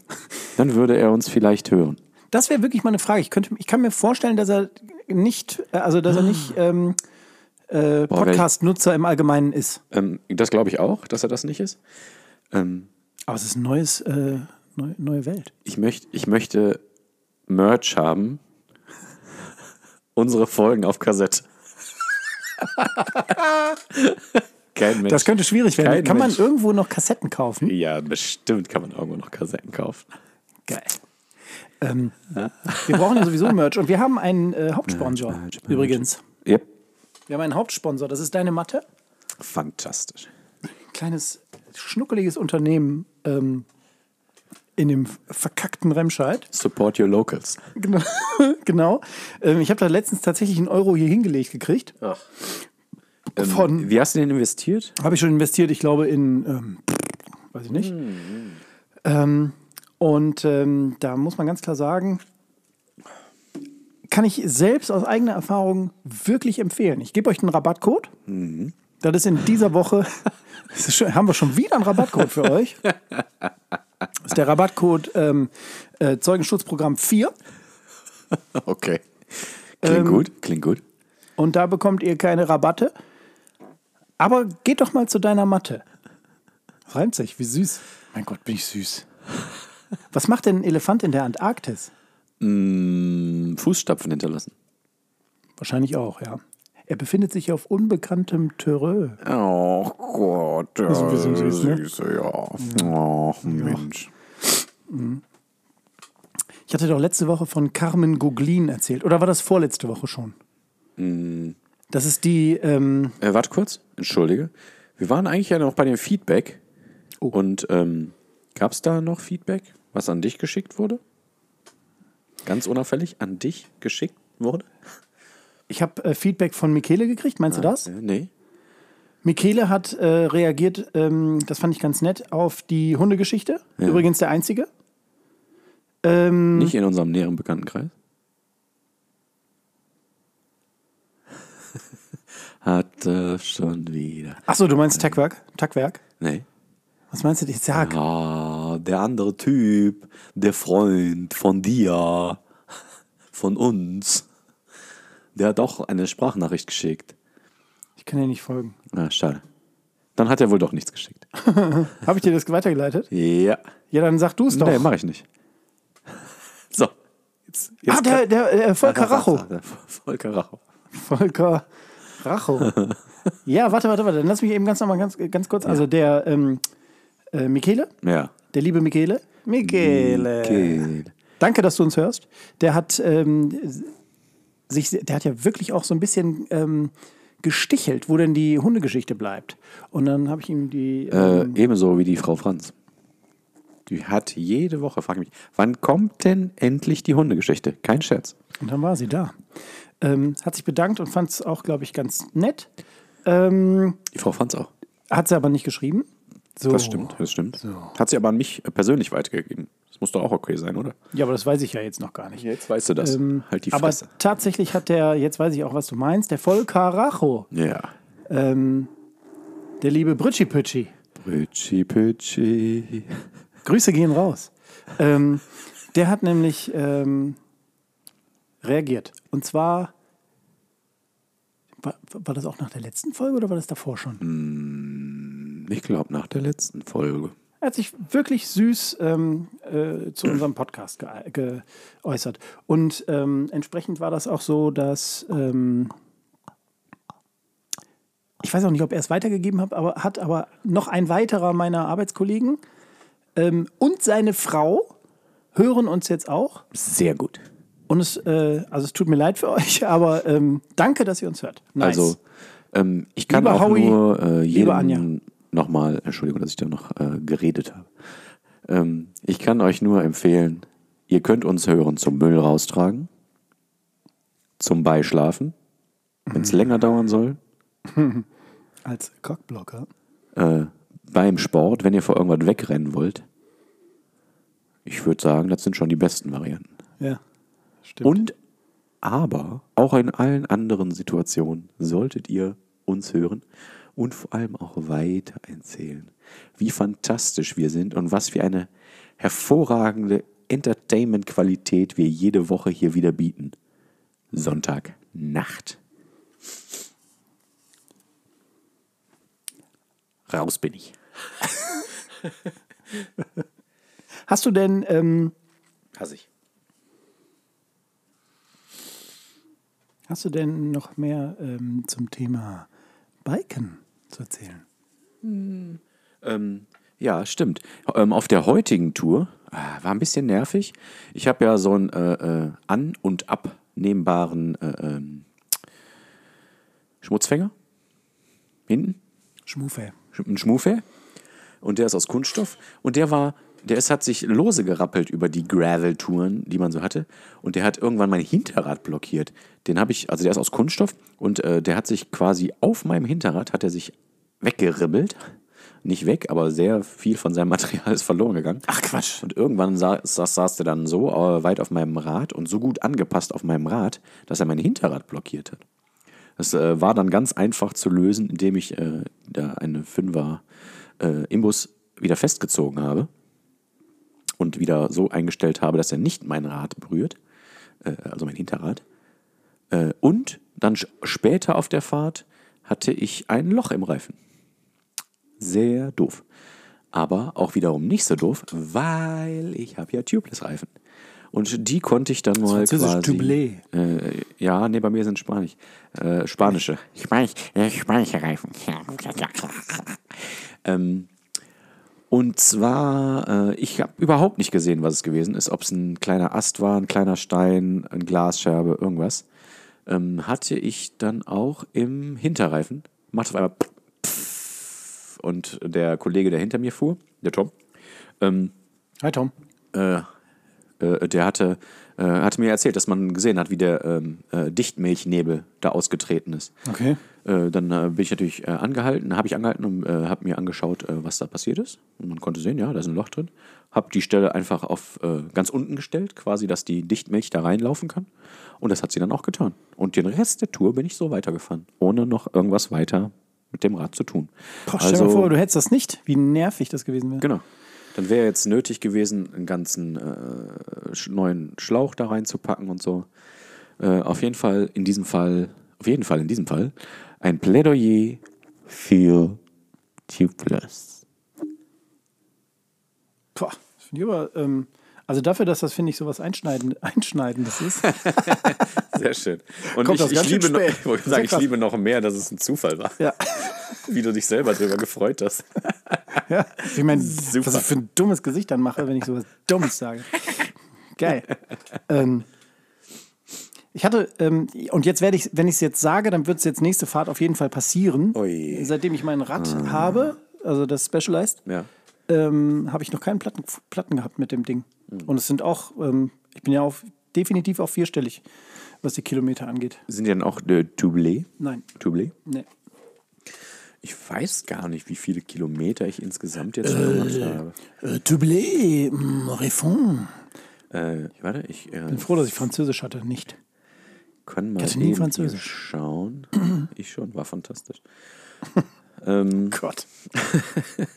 B: dann würde er uns vielleicht hören.
A: das wäre wirklich mal eine Frage. Ich, könnte, ich kann mir vorstellen, dass er nicht, äh, also dass er nicht ähm, äh,
B: Ah. Boah, welch-
A: Podcast-Nutzer im Allgemeinen ist.
B: Ähm, das glaube ich auch, dass er das nicht ist.
A: Aber es ist ein neues, äh, neu, neue Welt.
B: Ich, möcht, ich möchte Merch haben. Unsere Folgen auf Kassette. Kein Mensch.
A: Das könnte schwierig werden.
B: Kein
A: Kann
B: Mensch.
A: man irgendwo noch Kassetten kaufen?
B: Ja, bestimmt kann man irgendwo noch Kassetten kaufen.
A: Geil. Ähm, wir brauchen ja sowieso Merch und wir haben einen äh, Hauptsponsor übrigens.
B: Yep.
A: Wir haben einen Hauptsponsor, das ist deine Matte.
B: Fantastisch.
A: Kleines, schnuckeliges Unternehmen ähm, in dem verkackten Remscheid.
B: Support your locals.
A: Genau. genau. Ähm, ich habe da letztens tatsächlich einen Euro hier hingelegt gekriegt. Von,
B: Ähm, Wie hast du denn investiert?
A: Habe ich schon investiert, ich glaube, in, ähm, weiß ich nicht. Ähm, und ähm, da muss man ganz klar sagen, kann ich selbst aus eigener Erfahrung wirklich empfehlen. Ich gebe euch einen Rabattcode. Das ist in dieser Woche, das ist schon, haben wir schon wieder einen Rabattcode für euch. Das ist der Rabattcode ähm, äh, Zeugenschutzprogramm 4.
B: Okay. Ähm, Klingt gut, klingt gut.
A: Und da bekommt ihr keine Rabatte. Aber geht doch mal zu deiner Matte. Das reimt sich, wie süß. Mein Gott, bin ich süß. Was macht denn ein Elefant in der Antarktis?
B: Fußstapfen hinterlassen.
A: Wahrscheinlich auch, ja. Er befindet sich auf unbekanntem Terrain.
B: Oh Gott, das ist ein
A: bisschen süß, ne?
B: ja. Oh, Mensch.
A: Ich hatte doch letzte Woche von Carmen Guglin erzählt. Oder war das vorletzte Woche schon? Das ist die, ähm,
B: Äh, warte kurz, entschuldige. Wir waren eigentlich ja noch bei dem Feedback.
A: Oh.
B: Und ähm, gab es da noch Feedback, was an dich geschickt wurde? Ganz unauffällig an dich geschickt wurde?
A: ich habe äh, Feedback von Michele gekriegt. Meinst du das?
B: Äh, nee.
A: Michele hat äh, reagiert, ähm, das fand ich ganz nett, auf die Hundegeschichte. Übrigens der einzige. Ähm,
B: Nicht in unserem näheren Bekanntenkreis. Hat er schon wieder.
A: Achso, du meinst Tagwerk? Tagwerk?
B: Nee.
A: Was meinst du? Ich sag,
B: Ah, der andere Typ, der Freund von dir, von uns, der hat auch eine Sprachnachricht geschickt.
A: ich kann dir nicht folgen.
B: Ah, schade. Dann hat er wohl doch nichts geschickt.
A: Habe ich dir das weitergeleitet?
B: Ja.
A: Ja, dann sag du es doch.
B: Nee, mach ich nicht. So. Jetzt,
A: ah, der, der äh, Volker Racho.
B: Volker Racho.
A: Volker Racho. ja, warte, warte, warte. Dann lass mich eben ganz nochmal ganz, ganz kurz. Also der ähm, äh, Michele,
B: Ja.
A: der liebe Michele. Michele.
B: Okay.
A: Danke, dass du uns hörst. Der hat ähm, sich, der hat ja wirklich auch so ein bisschen ähm, gestichelt, wo denn die Hundegeschichte bleibt. Und dann habe ich ihm die.
B: Äh, ebenso wie die Frau Franz. Die hat jede Woche, frage ich mich, wann kommt denn endlich die Hundegeschichte? Kein Scherz.
A: Und dann war sie da. Ähm, hat sich bedankt und fand es auch, glaube ich, ganz nett. Ähm,
B: Die Frau Franz auch.
A: hat sie aber nicht geschrieben. So.
B: Das stimmt, das stimmt. Hat sie aber an mich äh, persönlich weitergegeben. Das muss doch auch okay sein, oder?
A: Ja, aber das weiß ich ja jetzt noch gar nicht.
B: Jetzt weißt du das. halt die
A: Ähm, aber
B: Fresse.
A: tatsächlich hat der, jetzt weiß ich auch, was du meinst, der Volker Racho,
B: Ja.
A: ähm, der liebe Britschi Pütschi.
B: Pütschi, pütschi.
A: Grüße gehen raus. Ähm, der hat nämlich ähm, reagiert. Und zwar, war, war das auch nach der letzten Folge oder war das davor schon?
B: Ich glaube, nach der letzten Folge.
A: Er hat sich wirklich süß ähm, äh, zu unserem Podcast gea- geäußert. Und ähm, entsprechend war das auch so, dass ähm, ich weiß auch nicht, ob er es weitergegeben hat, aber hat aber noch ein weiterer meiner Arbeitskollegen ähm, und seine Frau hören uns jetzt auch.
B: Sehr gut.
A: Und es, äh, also es tut mir leid für euch, aber ähm, danke, dass ihr uns hört. Nice.
B: Also, ähm, ich kann
A: Lieber
B: auch
A: Howie,
B: nur äh,
A: liebe Anja.
B: jedem nochmal, Entschuldigung, dass ich da noch äh, geredet habe. Ähm, ich kann euch nur empfehlen, ihr könnt uns hören zum Müll raustragen, zum Beischlafen, wenn
A: Mhm.
B: es länger dauern soll,
A: als Cockblocker.
B: beim Sport, wenn ihr vor irgendwas wegrennen wollt. Ich würde sagen, das sind schon die besten Varianten.
A: Ja, stimmt.
B: Und aber auch in allen anderen Situationen solltet ihr uns hören und vor allem auch weiter erzählen, wie fantastisch wir sind und was für eine hervorragende Entertainment-Qualität wir jede Woche hier wieder bieten. Sonntagnacht. Raus bin ich.
A: Hast du denn ähm,
B: Hasse ich.
A: Hast du denn noch mehr ähm, zum Thema Biken zu erzählen?
B: Ja, stimmt. Ähm, auf der heutigen Tour äh, war ein bisschen nervig. Ich habe ja so einen äh, äh, an- und abnehmbaren äh, ähm, Schmutzfänger hinten
A: Schmufe.
B: ein Schmufe. Und der ist aus Kunststoff. Und der war, der ist, hat sich lose gerappelt über die Gravel-Touren, die man so hatte. Und der hat irgendwann mein Hinterrad blockiert. Den habe ich, also der ist aus Kunststoff und äh, der hat sich quasi auf meinem Hinterrad, hat er sich weggeribbelt. Nicht weg, aber sehr viel von seinem Material ist verloren gegangen.
A: Ach Quatsch.
B: Und irgendwann saß, saß, saß der dann so äh, weit auf meinem Rad und so gut angepasst auf meinem Rad, dass er mein Hinterrad blockiert hat. Das äh, war dann ganz einfach zu lösen, indem ich äh, da eine Fünfer äh, Imbus wieder festgezogen habe und wieder so eingestellt habe, dass er nicht mein Rad berührt, äh, also mein Hinterrad. Äh, und dann sch- später auf der Fahrt hatte ich ein Loch im Reifen. Sehr doof. Aber auch wiederum nicht so doof, weil ich habe ja Tubeless-Reifen. Und die konnte ich dann mal
A: Französisch
B: quasi...
A: Tubeless.
B: Äh, ja, nee, bei mir sind Spanisch. Äh, Spanische.
C: Spanisch, äh, spanische Reifen.
B: Ähm, Und zwar, äh, ich habe überhaupt nicht gesehen, was es gewesen ist. Ob es ein kleiner Ast war, ein kleiner Stein, eine Glasscherbe, irgendwas. Ähm, hatte ich dann auch im Hinterreifen. Macht auf einmal pff, und der Kollege, der hinter mir fuhr, der Tom, ähm,
A: Hi Tom.
B: äh, der hatte, äh, hatte mir erzählt, dass man gesehen hat, wie der ähm, äh, Dichtmilchnebel da ausgetreten ist.
A: Okay.
B: Äh, dann äh, bin ich natürlich äh, angehalten, habe ich angehalten und äh, habe mir angeschaut, äh, was da passiert ist. Und man konnte sehen, ja, da ist ein Loch drin. Habe die Stelle einfach auf äh, ganz unten gestellt, quasi, dass die Dichtmilch da reinlaufen kann. Und das hat sie dann auch getan. Und den Rest der Tour bin ich so weitergefahren, ohne noch irgendwas weiter mit dem Rad zu tun. Also,
A: Boah, stell dir vor, du hättest das nicht. Wie nervig das gewesen wäre.
B: Genau. Dann wäre jetzt nötig gewesen, einen ganzen äh, sch- neuen Schlauch da reinzupacken und so. Äh, auf jeden Fall in diesem Fall, auf jeden Fall in diesem Fall, ein Plädoyer für Tubeless.
A: Boah, das finde ich aber, ähm, also dafür, dass das, finde ich, sowas einschneidend, Einschneidendes ist.
B: Sehr schön. Und
A: Kommt das ganz schön
B: noch,
A: spät.
B: ich wollte
A: Sehr
B: sagen, ich
A: krass.
B: liebe noch mehr, dass es ein Zufall war.
A: Ja.
B: Wie du dich selber drüber gefreut hast.
A: ja. Ich meine, was ich für ein dummes Gesicht dann mache, wenn ich sowas Dummes sage. Geil. ähm, ich hatte, ähm, und jetzt werde ich, wenn ich es jetzt sage, dann wird es jetzt nächste Fahrt auf jeden Fall passieren.
B: Ui.
A: Seitdem ich mein Rad habe, also das Specialized,
B: Ja.
A: ähm, habe ich noch keinen Platten, Platten gehabt mit dem Ding.
B: Mhm.
A: Und es sind auch, ähm, ich bin ja auf, definitiv auch vierstellig, was die Kilometer angeht.
B: Sind die dann auch äh, Tubelé?
A: Nein. ne.
B: Tubelé?
A: Nee.
B: Ich weiß gar nicht, wie viele Kilometer ich insgesamt
A: Äh.
B: jetzt gemacht habe.
A: Tublé, Äh, mm, Refond.
B: Äh, warte, ich. Äh,
A: Bin froh, dass ich Französisch hatte, nicht.
B: Können mal
A: Kannst du nie
B: eben
A: Französisch?
B: Hier schauen. Ich schon, war fantastisch. Ähm,
A: Gott.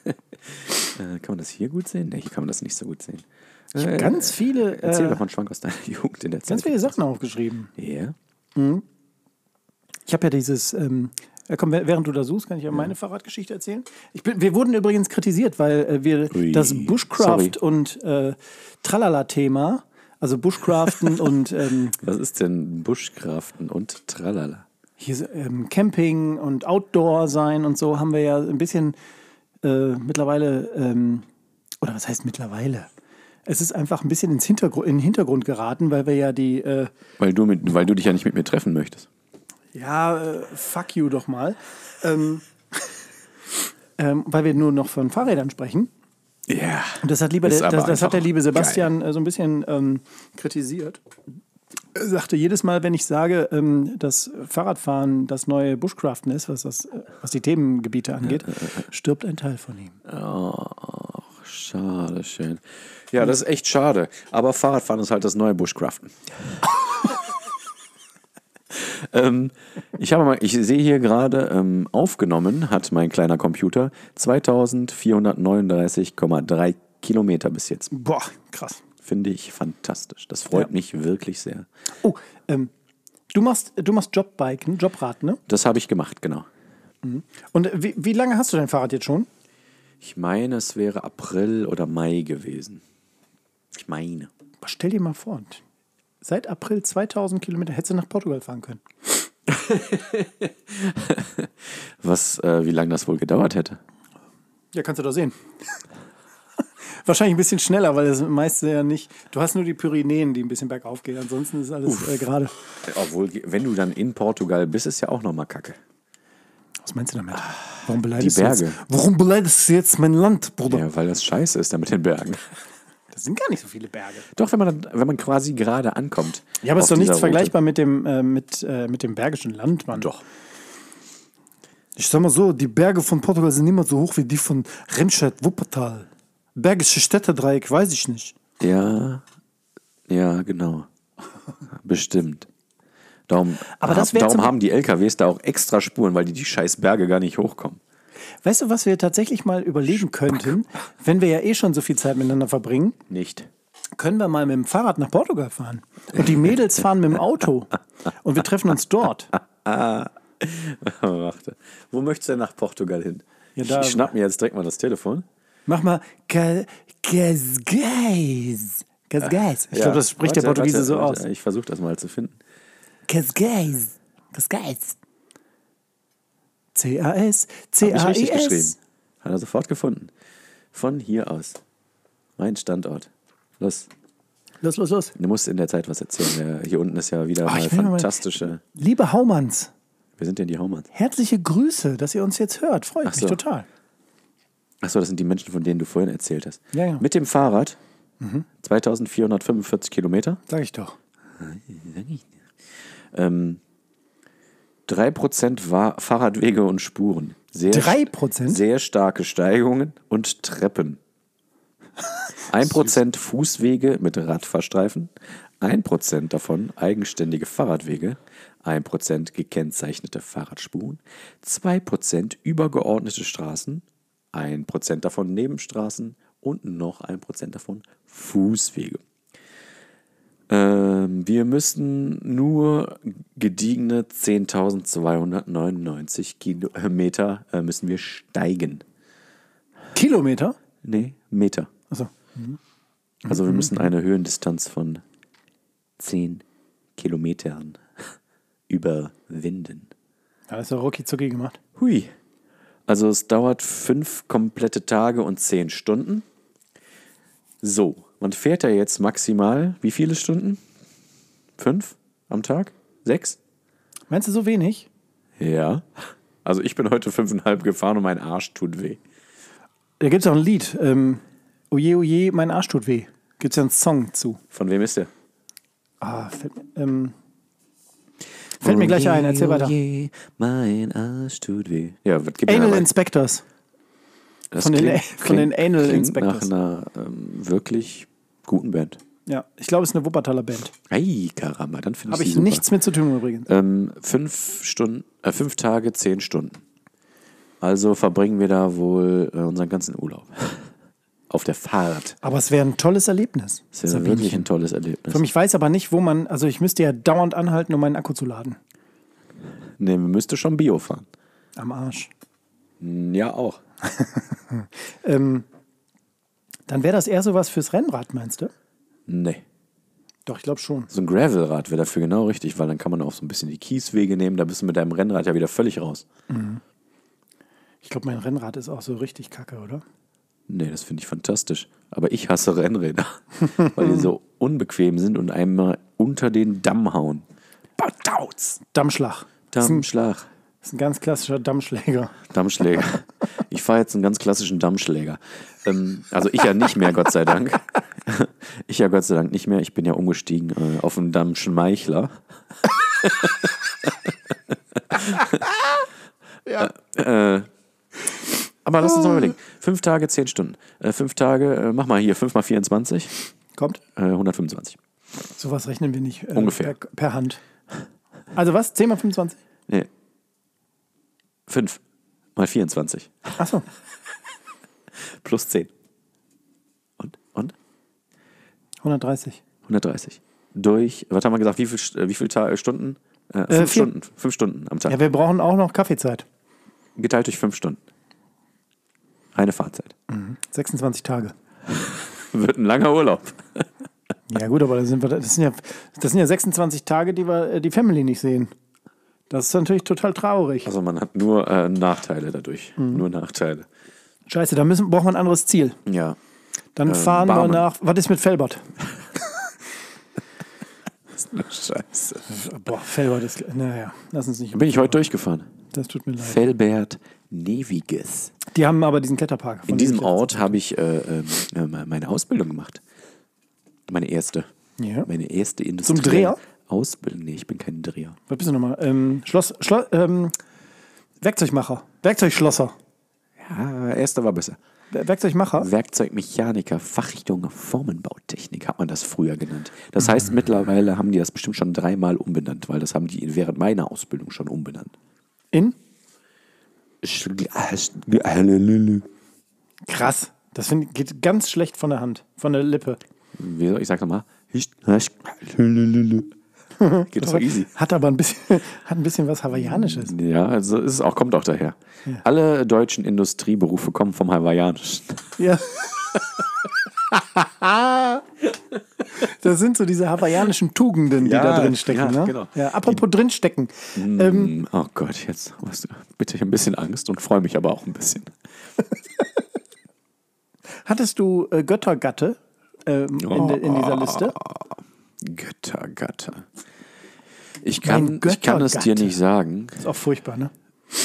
B: Äh, kann man das hier gut sehen? Nee, hier kann man das nicht so gut sehen. Äh,
A: Ich habe ganz viele,
B: Erzähl
A: äh,
B: doch mal einen Schwank aus deiner Jugend in der Zeit.
A: ganz viele Sachen aufgeschrieben.
B: Ja.
A: Ich habe ja dieses, ähm, äh, komm, wär- während du da suchst, kann ich ja meine Fahrradgeschichte erzählen. Ich bin, wir wurden übrigens kritisiert, weil äh, wir
B: Ui,
A: das
B: sorry.
A: Bushcraft und äh, Tralala-Thema, also Bushcraften und ähm,
B: Was ist denn Buschkraften und Tralala?
A: hier, so, ähm, Camping und Outdoor sein und so haben wir ja ein bisschen äh, mittlerweile, ähm, oder was heißt mittlerweile? Es ist einfach ein bisschen ins Hintergrund, in den Hintergrund geraten, weil wir ja die, äh,
B: Weil du, mit, weil du dich ja nicht mit mir treffen möchtest.
A: ja, äh, fuck you doch mal, ähm, ähm, weil wir nur noch von Fahrrädern sprechen.
B: Ja.
A: Und das hat, lieber
B: Ist
A: der, das,
B: aber
A: das hat der
B: einfach
A: liebe Sebastian äh, so ein bisschen ähm, kritisiert. Er sagte jedes Mal, wenn ich sage, ähm, dass Fahrradfahren das neue Bushcraften ist, was, das, äh, was die Themengebiete angeht, stirbt ein Teil von ihm.
B: Schade, schön. Ja, das ist echt schade. Aber Fahrradfahren ist halt das neue Bushcraften. ähm, ich habe mal, ich sehe hier gerade, ähm, aufgenommen hat mein kleiner Computer 2439,3 Kilometer bis jetzt.
A: Boah, krass.
B: Finde ich fantastisch. Das freut
A: Ja.
B: mich wirklich sehr.
A: Oh, ähm, du machst, du machst Jobbiken, Jobrad, ne?
B: Das habe ich gemacht, genau.
A: Und äh, wie, wie lange hast du dein Fahrrad jetzt schon?
B: Ich meine, es wäre April oder Mai gewesen. Ich meine.
A: Boah, stell dir mal vor, seit April 2000 Kilometer hättest du nach Portugal fahren können.
B: Was, äh, wie lange das wohl gedauert hätte?
A: Ja, kannst du doch sehen. Wahrscheinlich ein bisschen schneller, weil das meiste ja nicht. Du hast nur die Pyrenäen, die ein bisschen bergauf gehen. Ansonsten ist alles äh, gerade.
B: Obwohl, wenn du dann in Portugal bist, ist ja auch nochmal kacke.
A: Was meinst du damit? Warum beleidigst
B: die
A: du
B: Berge.
A: jetzt? Warum beleidigst du jetzt mein Land, Bruder?
B: Ja, weil das scheiße ist da mit den Bergen.
A: Das sind gar nicht so viele Berge.
B: Doch, wenn man, dann, wenn man quasi gerade ankommt.
A: Ja, aber es ist
B: auf
A: doch nichts
B: dieser Route.
A: vergleichbar mit dem, äh, mit, äh, mit dem bergischen Land, Mann.
B: Doch.
A: Ich sag mal so, die Berge von Portugal sind niemals so hoch wie die von Remscheid, Wuppertal. Bergische Städtedreieck, weiß ich nicht.
B: Ja, ja, genau. Bestimmt. Darum,
A: Aber das wär
B: darum
A: zum-
B: haben die LKWs da auch extra Spuren, weil die die scheiß Berge gar nicht hochkommen.
A: Weißt du, was wir tatsächlich mal überlegen könnten, wenn wir ja eh schon so viel Zeit miteinander verbringen?
B: Nicht.
A: können wir mal mit dem Fahrrad nach Portugal fahren. Und die Mädels fahren mit dem Auto. Und wir treffen uns dort.
B: Warte. Wo möchtest du denn nach Portugal hin?
A: Ja, da-
B: ich schnapp mir jetzt direkt mal das Telefon.
A: Mach mal Cascais. Cascais. Ich glaube, das spricht der Portugiese so aus.
B: Ich versuche das mal zu finden.
A: Cascais. Cascais. C-A-S.
B: Hab ich richtig geschrieben.
A: C-A-I-S.
B: Hat er sofort gefunden. Von hier aus. Mein Standort. Los.
A: Los, los, los.
B: Du musst in der Zeit was erzählen. Äh, Hier unten ist ja wieder mal
A: Ah, ich will noch mal-
B: fantastische.
A: Liebe Haumanns,
B: Wir sind ja die Haumanns.
A: herzliche Grüße, dass ihr uns jetzt hört. Freut
B: so.
A: mich total.
B: Achso, das sind die Menschen, von denen du vorhin erzählt hast.
A: Ja, Mhm. ja.
B: Mit dem Fahrrad. 2445 Kilometer.
A: Sag ich doch.
B: Ähm, 3% war Fahrradwege und Spuren. Sehr,
A: 3%?
B: Sehr starke Steigungen und Treppen. 1% Fußwege mit Radfahrstreifen. 1% davon eigenständige Fahrradwege. 1% gekennzeichnete Fahrradspuren. 2% übergeordnete Straßen. 1% davon Nebenstraßen. Und noch 1% davon Fußwege. Ähm, wir müssten nur gediegene 10.299 Kilometer äh, müssen wir steigen.
A: Kilometer?
B: Nee, Meter.
A: Achso.
B: Also wir müssen eine Höhendistanz von 10 Kilometern überwinden.
A: Da ist ja rucki zucki gemacht.
B: Hui. Also es dauert fünf komplette Tage und zehn Stunden. So, man fährt ja jetzt maximal wie viele Stunden? Fünf am Tag? Sechs?
A: Meinst du so wenig?
B: Ja. Also ich bin heute fünfeinhalb gefahren und mein Arsch tut weh.
A: Da gibt es auch ein Lied. Ähm, oje, oje, mein Arsch tut weh. Gibt es ja einen Song zu.
B: Von wem ist der?
A: Ah, fällt, mir- ähm, fällt mir gleich ein. Erzähl weiter.
B: Oh Je, mein Arsch tut weh. Ja, was gibt
A: Anal
B: denn
A: Inspectors.
B: das
A: von den-
B: klingt-
A: von den
B: klingt-
A: Anal
B: klingt
A: Inspectors.
B: Nach einer ähm, wirklich guten Band.
A: Ja, ich glaube, es ist eine Wuppertaler Band.
B: Ei, Karamba, dann finde
A: Habe ich
B: super.
A: nichts mit zu tun übrigens.
B: Ähm, fünf, Stunden, äh, fünf Tage, zehn Stunden. Also verbringen wir da wohl äh, unseren ganzen Urlaub. Auf der Fahrt.
A: Aber es wäre ein tolles Erlebnis.
B: Das ist ja wirklich ein tolles Erlebnis.
A: Ich weiß aber nicht, wo man, also ich müsste ja dauernd anhalten, um meinen Akku zu laden.
B: Nee, man müsste schon Bio fahren.
A: Am Arsch.
B: Ja, auch.
A: Ähm, dann wäre das eher sowas fürs Rennrad, meinst du?
B: Nee.
A: Doch, ich glaube schon.
B: So ein Gravelrad wäre dafür genau richtig, weil dann kann man auch so ein bisschen die Kieswege nehmen. Da bist du mit deinem Rennrad ja wieder völlig raus.
A: Ich glaube, mein Rennrad ist auch so richtig kacke, oder?
B: Nee, das finde ich fantastisch. Aber ich hasse Rennräder, weil die so unbequem sind und einmal unter den Damm hauen. Batauz!
A: Dammschlag. Das ist ein,
B: Dammschlag.
A: das ist ein ganz klassischer Dammschläger.
B: Dammschläger. Ich fahre jetzt einen ganz klassischen Dammschläger. Ähm, also ich ja nicht mehr, Gott sei Dank. Ich ja Gott sei Dank nicht mehr. Ich bin ja umgestiegen äh, auf einen Dammschmeichler. ja. Äh, aber lass uns mal überlegen. Fünf Tage, zehn Stunden. Äh, fünf Tage, äh, mach mal hier, fünf mal 24,
A: Kommt?
B: äh, 125.
A: Sowas rechnen wir nicht. äh,
B: Ungefähr.
A: Per, per Hand. Also was? 10 mal 25?
B: Nee. Fünf mal 24
A: Achso.
B: plus 10. Und? Und?
A: 130.
B: 130. Durch, was haben wir gesagt, wie viel, St- äh, wie viel Ta- Stunden? Äh, fünf,
A: vier.
B: Stunden, fünf Stunden am Tag.
A: Ja, wir brauchen auch noch Kaffeezeit.
B: Geteilt durch fünf Stunden. Eine Fahrzeit.
A: 26 Tage.
B: Wird ein langer Urlaub.
A: Ja gut, aber das sind, wir, das, sind ja, das sind ja 26 Tage, die wir äh, die Family nicht sehen. Das ist natürlich total traurig.
B: Also man hat nur äh, Nachteile dadurch. Nur Nachteile.
A: Scheiße, da müssen, brauchen wir ein anderes Ziel.
B: Ja.
A: Dann fahren
B: Ähm, Barmen.
A: wir nach. Was ist mit Felbert?
B: Scheiße.
A: Boah, Felbert ist. Naja, lass uns nicht.
B: äh, Bin ich heute durchgefahren.
A: Das tut mir leid.
B: Felbert Neviges.
A: Die haben aber diesen Kletterpark. von
B: In
A: dem
B: diesem
A: ich-
B: Ort habe ich äh, ähm, äh, me- meine Ausbildung gemacht. Meine erste.
A: Ja.
B: Meine erste industrielle
A: Dreher?
B: Ausbildung. Nee, ich bin kein Dreher.
A: Was bist du nochmal? Ähm, Schloss. Schlo ähm, Werkzeugmacher. Werkzeugschlosser.
B: Ja, erste war besser.
A: Wer- Werkzeugmacher?
B: Werkzeugmechaniker, Fachrichtung Formenbautechnik hat man das früher genannt. Das heißt, mittlerweile haben die das bestimmt schon dreimal umbenannt, weil das haben die während meiner Ausbildung schon umbenannt.
A: In?
B: Sch- ah, sch- Halleluja.
A: Krass. Das find, geht ganz schlecht von der Hand, von der Lippe.
B: Wie soll ich sag nochmal? Hisch- hasch- Halleluja. Geht doch easy.
A: Hat aber ein bisschen, hat ein bisschen was Hawaiianisches.
B: Ja, also es ist auch, kommt auch daher. Alle deutschen Industrieberufe kommen vom Hawaiianischen.
A: Ja. das sind so diese hawaiianischen Tugenden, die
B: Ja,
A: da drin stecken.
B: ja,
A: ne?
B: genau.
A: ja, apropos drinstecken. Ähm,
B: Oh Gott, jetzt weißt du, bitte ich hab ein bisschen Angst und freue mich aber auch ein bisschen.
A: hattest du äh, Göttergatte ähm, in, de- in dieser Liste?
B: Göttergatter. Ich kann,
A: Mein
B: ich kann es dir
A: Göttergatte.
B: nicht sagen,
A: Ist auch furchtbar, ne?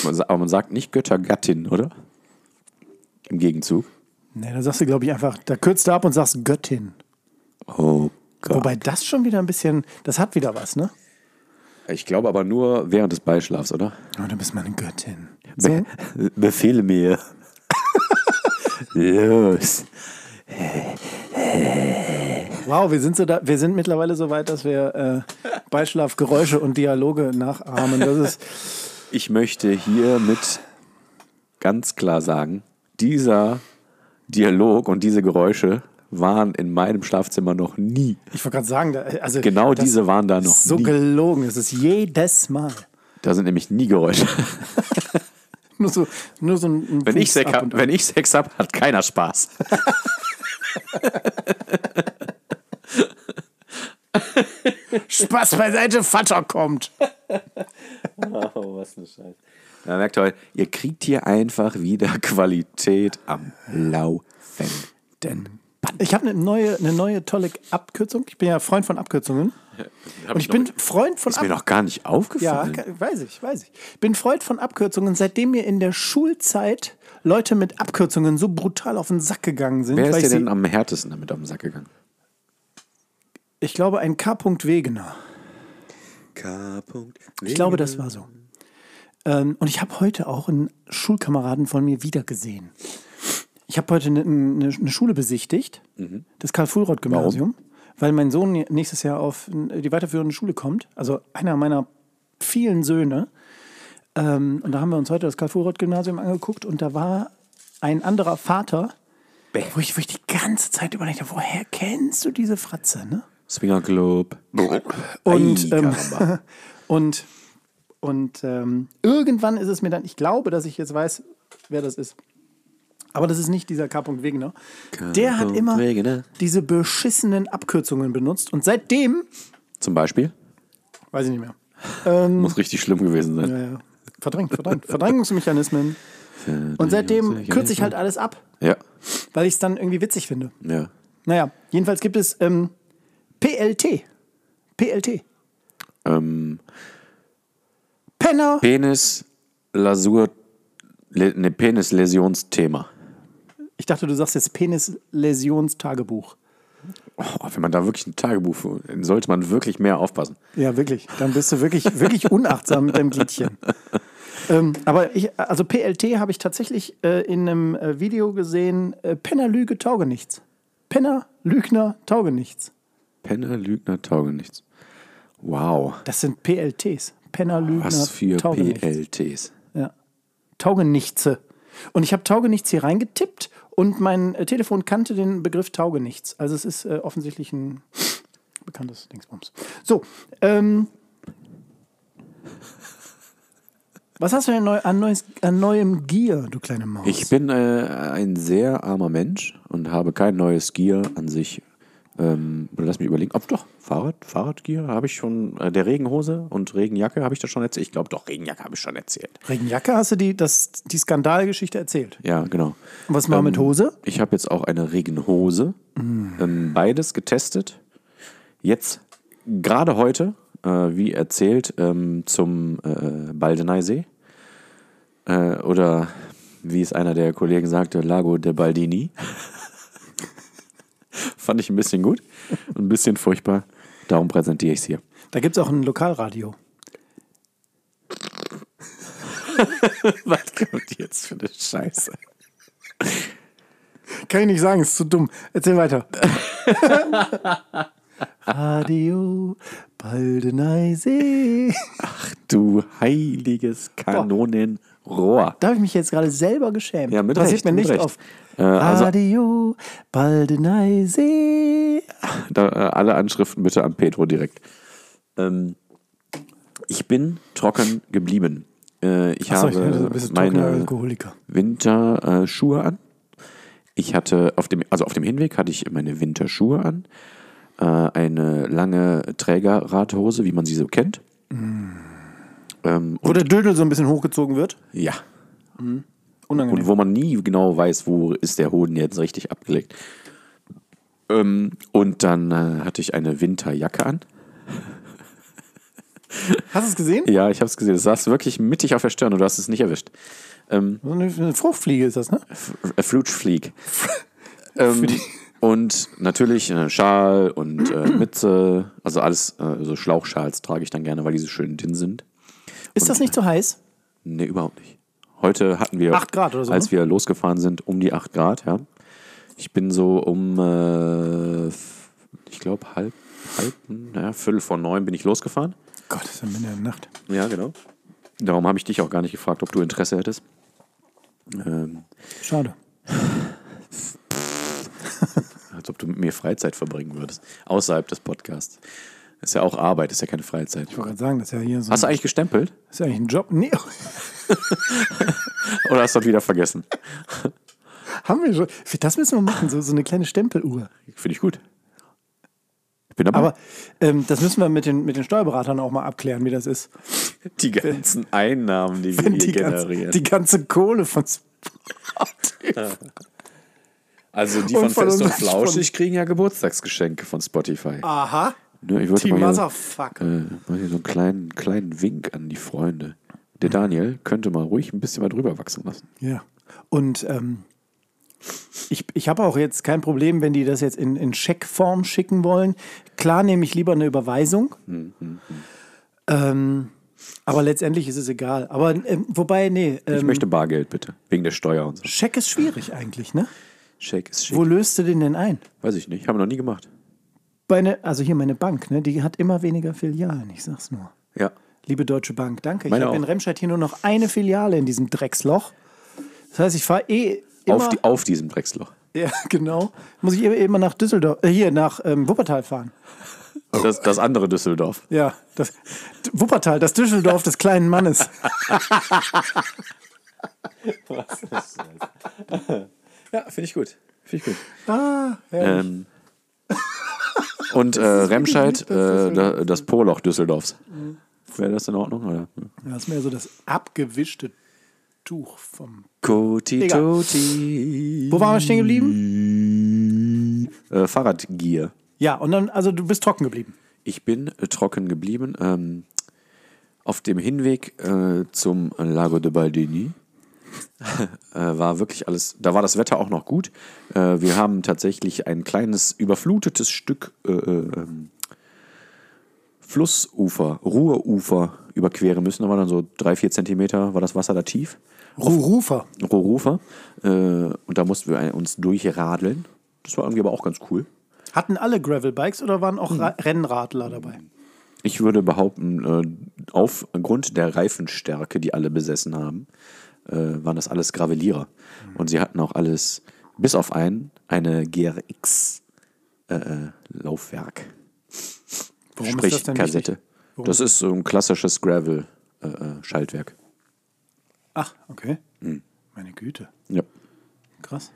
B: Man sa- aber man sagt nicht Göttergattin, oder? Im Gegenzug.
A: Nee, Ne, da sagst du, glaube ich, einfach, da kürzt du ab und sagst Göttin.
B: Oh Gott.
A: Wobei das schon wieder ein bisschen, das hat wieder was, ne?
B: Ich glaube aber nur während des Beischlafs, oder?
A: Oh, du bist meine Göttin.
B: Be Befehle mir. Los.
A: Wow, wir sind, so da, wir sind mittlerweile so weit, dass wir äh, Beischlafgeräusche und Dialoge nachahmen. Das ist,
B: Ich möchte hiermit ganz klar sagen, dieser Dialog und diese Geräusche waren in meinem Schlafzimmer noch nie.
A: ich wollte gerade sagen, da, also
B: Genau
A: das
B: diese waren da noch
A: ist so
B: nie.
A: gelogen. Es ist jedes Mal.
B: Da sind nämlich nie Geräusche.
A: Nur so, nur so ein, ein
B: Wenn ich,
A: Fuß
B: Sex
A: ab
B: hab,
A: und-
B: wenn ich Sex hab, hat keiner Spaß.
A: Spaß beiseite, Vater kommt.
B: Oh, was eine Scheiße. Da merkt ihr, heute, ihr kriegt hier einfach wieder Qualität am Laufen.
A: Denn ich habe eine neue, eine neue tolle Abkürzung. Ich bin ja Freund von Abkürzungen. Und ich bin Freund von
B: Ist mir
A: Abkürzungen.
B: noch gar nicht
A: Ja,
B: aufgefallen.
A: ke- weiß ich, weiß ich. Bin Freund von Abkürzungen, seitdem mir in der Schulzeit Leute mit Abkürzungen so brutal auf den Sack gegangen sind.
B: Wer
A: weil
B: ist
A: ich,
B: dir denn
A: sie-
B: am härtesten damit auf den Sack gegangen?
A: ich glaube, ein K. Wegener.
B: K.
A: Ich glaube, das war so. Ähm, und ich habe heute auch einen Schulkameraden von mir wiedergesehen. Ich habe heute eine, eine, eine Schule besichtigt, das Karl-Fulroth-Gymnasium, weil mein Sohn nächstes Jahr auf die weiterführende Schule kommt. Also einer meiner vielen Söhne. Ähm, und da haben wir uns heute das Karl-Fulroth-Gymnasium angeguckt und da war ein anderer Vater, wo ich, wo ich die ganze Zeit überlegt habe, woher kennst du diese Fratze, ne?
B: Swinger Club.
A: Und,
B: Ei,
A: ähm,
B: Karamba.
A: Und, und ähm, irgendwann ist es mir dann, ich glaube, dass ich jetzt weiß, wer das ist. Aber das ist nicht dieser K. Wegener. Der hat immer
B: Wegener.
A: diese beschissenen Abkürzungen benutzt. Und seitdem,
B: Zum Beispiel?
A: weiß ich nicht mehr, Hm.
B: Muss richtig schlimm gewesen sein.
A: äh, verdrängt, verdrängt, Verdrängungsmechanismen. Und seitdem kürze ich halt alles ab,
B: Ja.
A: weil ich es dann irgendwie witzig finde.
B: Ja.
A: Naja, jedenfalls gibt es ähm, PLT. PLT.
B: Ähm,
A: Penner.
B: Penis, Lasur, Le, ne, Penis-Läsionsthema.
A: Ich dachte, du sagst jetzt Penis-Läsions-Tagebuch.
B: Oh, wenn man da wirklich ein Tagebuch, sollte man wirklich mehr aufpassen.
A: Ja, wirklich. Dann bist du wirklich, wirklich unachtsam mit deinem Gliedchen. ähm, aber ich, also PLT habe ich tatsächlich äh, in einem äh, Video gesehen, äh, Penner, Lüge, tauge nichts. Penner, Lügner, tauge nichts.
B: Penner, Lügner, tauge nichts. Wow,
A: Das sind PLTs. Penner, Lügner,
B: was für
A: tauge nichts.
B: PLTs.
A: Ja. Taugenichtse. Und ich habe taugenichts hier reingetippt und mein äh, Telefon kannte den Begriff taugenichts. Also es ist äh, offensichtlich ein bekanntes Dingsbums. So, ähm, was hast du denn neu, an, neues, an neuem Gier, du kleine Maus?
B: Ich bin äh, ein sehr armer Mensch und habe kein neues Gear an sich Ähm, oder lass mich überlegen. Ob doch, Fahrrad, Fahrradgear habe ich schon, äh, der Regenhose und Regenjacke habe ich das schon erzählt. Ich glaube doch, Regenjacke habe ich schon erzählt.
A: Regenjacke hast du die, das, die Skandalgeschichte erzählt.
B: Ja, genau.
A: Und was war mit Hose?
B: Ich habe jetzt auch eine Regenhose. Ähm, beides getestet. Jetzt, gerade heute, äh, wie erzählt, ähm, zum äh, Baldeneysee. Äh, oder wie es einer der Kollegen sagte, Lago de Baldini. Fand ich ein bisschen gut, ein bisschen furchtbar. Darum präsentiere ich es hier.
A: Da gibt es auch ein Lokalradio.
B: Was kommt jetzt für eine Scheiße?
A: Kann ich nicht sagen, ist zu dumm. Erzähl weiter. Radio Baldeneysee.
B: Du heiliges Kanonenrohr.
A: Da habe ich mich jetzt gerade selber geschämt.
B: Ja, mit
A: Passiert
B: Recht,
A: mir
B: mit
A: nicht
B: Recht.
A: oft.
B: Äh, also-
A: Radio Baldeneysee.
B: Da, äh, alle Anschriften bitte an Petro direkt. Ähm, ich bin trocken geblieben. Äh, ich
A: Achso, ich dachte,
B: habe
A: du bist ein trockener
B: meine
A: Alkoholiker.
B: Winterschuhe an. Ich hatte auf dem, also auf dem Hinweg hatte ich meine Winterschuhe an, äh, eine lange Trägerradhose, wie man sie so kennt.
A: Mm.
B: Ähm,
A: Wo der Dödel so ein bisschen hochgezogen wird.
B: ja,
A: Unangenehm.
B: und wo man nie genau weiß, wo ist der Hoden jetzt richtig abgelegt. Ähm, und dann äh, hatte ich eine Winterjacke an.
A: Hast du es gesehen?
B: Ja, ich habe es gesehen. Es saß wirklich mittig auf der Stirn und du hast es nicht erwischt. Ähm,
A: So eine, eine Fruchtfliege ist das, ne?
B: F- Flutschflieg. ähm, und natürlich äh, Schal und äh, Mütze, also alles, äh, so Schlauchschals trage ich dann gerne, weil die so schön dünn sind.
A: Ist das nicht zu heiß?
B: Nee, überhaupt nicht. Heute hatten wir,
A: Acht Grad oder so,
B: als
A: ne?
B: wir losgefahren sind, um die 8 Grad, ja. Ich bin so um, äh, f- ich glaube, halb, halb, naja, Viertel vor neun bin ich losgefahren.
A: Gott, das ist ja mitten in der Nacht.
B: Ja, genau. Darum habe ich dich auch gar nicht gefragt, ob du Interesse hättest. Ähm,
A: Schade.
B: Als ob du mit mir Freizeit verbringen würdest. Außerhalb des Podcasts. Ist ja auch Arbeit, ist ja keine Freizeit.
A: Ich wollte gerade sagen, das ist ja hier so
B: Hast du eigentlich gestempelt?
A: ist ja eigentlich ein Job. Nee,
B: Oder hast du das wieder vergessen?
A: haben wir schon. Das müssen wir machen, so, so eine kleine Stempeluhr.
B: Finde ich gut. Ich bin dabei.
A: Aber ähm, das müssen wir mit den, mit den Steuerberatern auch mal abklären, wie das ist.
B: die ganzen Einnahmen, die wir
A: Wenn
B: hier
A: die, ganze,
B: generieren.
A: die ganze Kohle von
B: also die
A: Und
B: von
A: von
B: Fest und
A: uns-
B: Flauschig kriegen ja Geburtstagsgeschenke von Spotify.
A: Aha.
B: Ne, ich wollte
A: Die
B: mal hier,
A: Motherfucker.
B: äh, mal hier so einen kleinen, kleinen Wink an die Freunde. Der Daniel könnte mal ruhig ein bisschen mal drüber wachsen lassen.
A: Ja. Und ähm, ich, ich habe auch jetzt kein Problem, wenn die das jetzt in, in Scheckform schicken wollen. Klar nehme ich lieber eine Überweisung.
B: Mhm.
A: Ähm, aber letztendlich ist es egal. Aber ähm, wobei, nee,
B: Ich
A: ähm,
B: möchte Bargeld bitte, wegen der Steuer und so.
A: Scheck ist schwierig eigentlich, ne?
B: Shake ist schick.
A: Wo löst du den denn ein?
B: Weiß ich nicht, haben wir noch nie gemacht.
A: Bei ne, also hier meine Bank, ne? Die hat immer weniger Filialen, ich sag's nur.
B: Ja.
A: Liebe Deutsche Bank, danke. ich
B: Meine
A: habe
B: auch.
A: in Remscheid hier nur noch eine Filiale in diesem Drecksloch. Das heißt, ich fahre eh immer...
B: Auf, die, auf diesem Drecksloch.
A: ja, genau. Muss ich eh immer nach Düsseldorf, äh, hier, nach ähm, Wuppertal fahren.
B: Das, das andere Düsseldorf.
A: Ja, das, D- Wuppertal, das Düsseldorf des kleinen Mannes.
B: Ja, finde ich gut. Finde ich gut.
A: Ah, ja.
B: Ähm, und äh, Remscheid, äh, da- das Poloch Düsseldorfs. Wäre das in Ordnung? Oder?
A: Das ist mehr so das abgewischte Tuch vom...
B: Koti
A: Egal.
B: Toti.
A: Wo waren wir stehen geblieben?
B: Äh, Fahrradgier.
A: Ja, und dann, also du bist trocken geblieben.
B: Ich bin äh, trocken geblieben. Ähm, auf dem Hinweg äh, zum Lago de Baldini äh, war wirklich alles, da war das Wetter auch noch gut. Äh, wir haben tatsächlich ein kleines überflutetes Stück äh, äh, ähm, Flussufer, Ruhrufer überqueren müssen. Da war dann so drei, vier Zentimeter, war das Wasser da tief.
A: Rufer.
B: Ruhrufer. Äh, und da mussten wir ein- uns durchradeln. Das war irgendwie aber auch ganz cool.
A: Hatten alle Gravelbikes oder waren
B: Hm.
A: auch Ra Rennradler dabei?
B: Ich würde behaupten, äh, aufgrund der Reifenstärke, die alle besessen haben, äh, waren das alles Gravellierer.
A: Mhm.
B: Und sie hatten auch alles, bis auf einen, eine GRX-Laufwerk. Äh, Laufwerk.
A: Warum
B: Sprich
A: ist das denn wichtig?
B: Kassette. Das ist so ein klassisches äh, Gravel-Schaltwerk.
A: Ach, okay.
B: Hm.
A: Meine Güte.
B: ja.
A: Krass.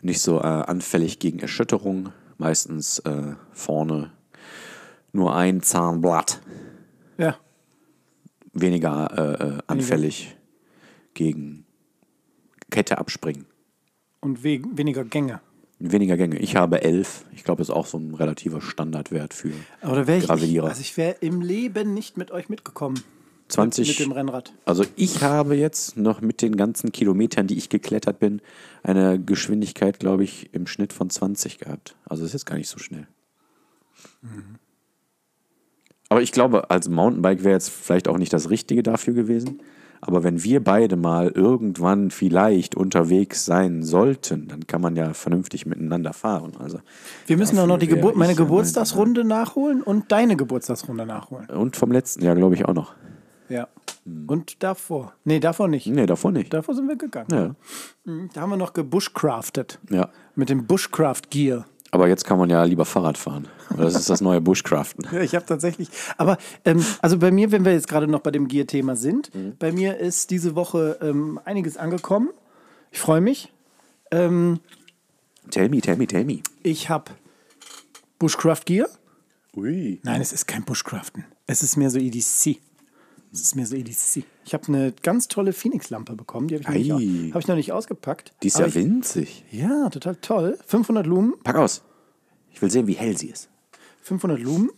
B: Nicht so äh, anfällig gegen Erschütterung. meistens äh, vorne nur ein Zahnblatt
A: Ja.
B: weniger äh, äh, anfällig gegen Kette abspringen.
A: Und we weniger Gänge.
B: Weniger Gänge. Ich habe elf. Ich glaube, das ist auch so ein relativer Standardwert für
A: Aber da wäre ich, nicht,
B: Gravierer.
A: also ich wäre im Leben nicht mit euch mitgekommen.
B: 20.
A: Mit dem Rennrad.
B: Also ich habe jetzt noch mit den ganzen Kilometern, die ich geklettert bin, eine Geschwindigkeit, glaube ich, im Schnitt von 20 gehabt. Also das ist jetzt gar nicht so schnell. Aber ich glaube, als Mountainbike wäre jetzt vielleicht auch nicht das Richtige dafür gewesen. Aber wenn wir beide mal irgendwann vielleicht unterwegs sein sollten, dann kann man ja vernünftig miteinander fahren. Also
A: Wir müssen auch noch die
B: Dafür wär
A: Geburt, meine
B: ich ja
A: Geburtstagsrunde nachholen und deine Geburtstagsrunde nachholen.
B: und vom letzten Jahr glaube ich auch noch.
A: Ja.
B: hm.
A: Und davor. Nee, davor nicht.
B: Nee, davor nicht.
A: Davor sind wir gegangen.
B: Hm. Ja.
A: Mhm, Da haben wir noch gebushcraftet.
B: Ja.
A: Mit dem Bushcraft-Gear.
B: Aber jetzt kann man ja lieber Fahrrad fahren. Aber das ist das neue Bushcraften.
A: Ja, Ich habe tatsächlich. Aber ähm, also bei mir, wenn wir jetzt gerade noch bei dem Gear-Thema sind,
B: Mhm.
A: bei mir ist diese Woche ähm, einiges angekommen. Ich freue mich. Ähm,
B: Tell me, tell me, tell me.
A: ich habe Bushcraft Gear.
B: Ui.
A: Nein, es ist kein Bushcraften. Es ist mehr so EDC. Es ist mehr so E EDC. Ich habe eine ganz tolle Phoenix-Lampe bekommen. Die habe ich, noch nicht
B: Ei.
A: au- hab ich noch nicht ausgepackt.
B: Die ist
A: Aber
B: ja winzig.
A: ich, Ja, total toll. 500 Lumen.
B: Pack aus. Ich will sehen, wie hell sie ist.
A: 500 Lumen.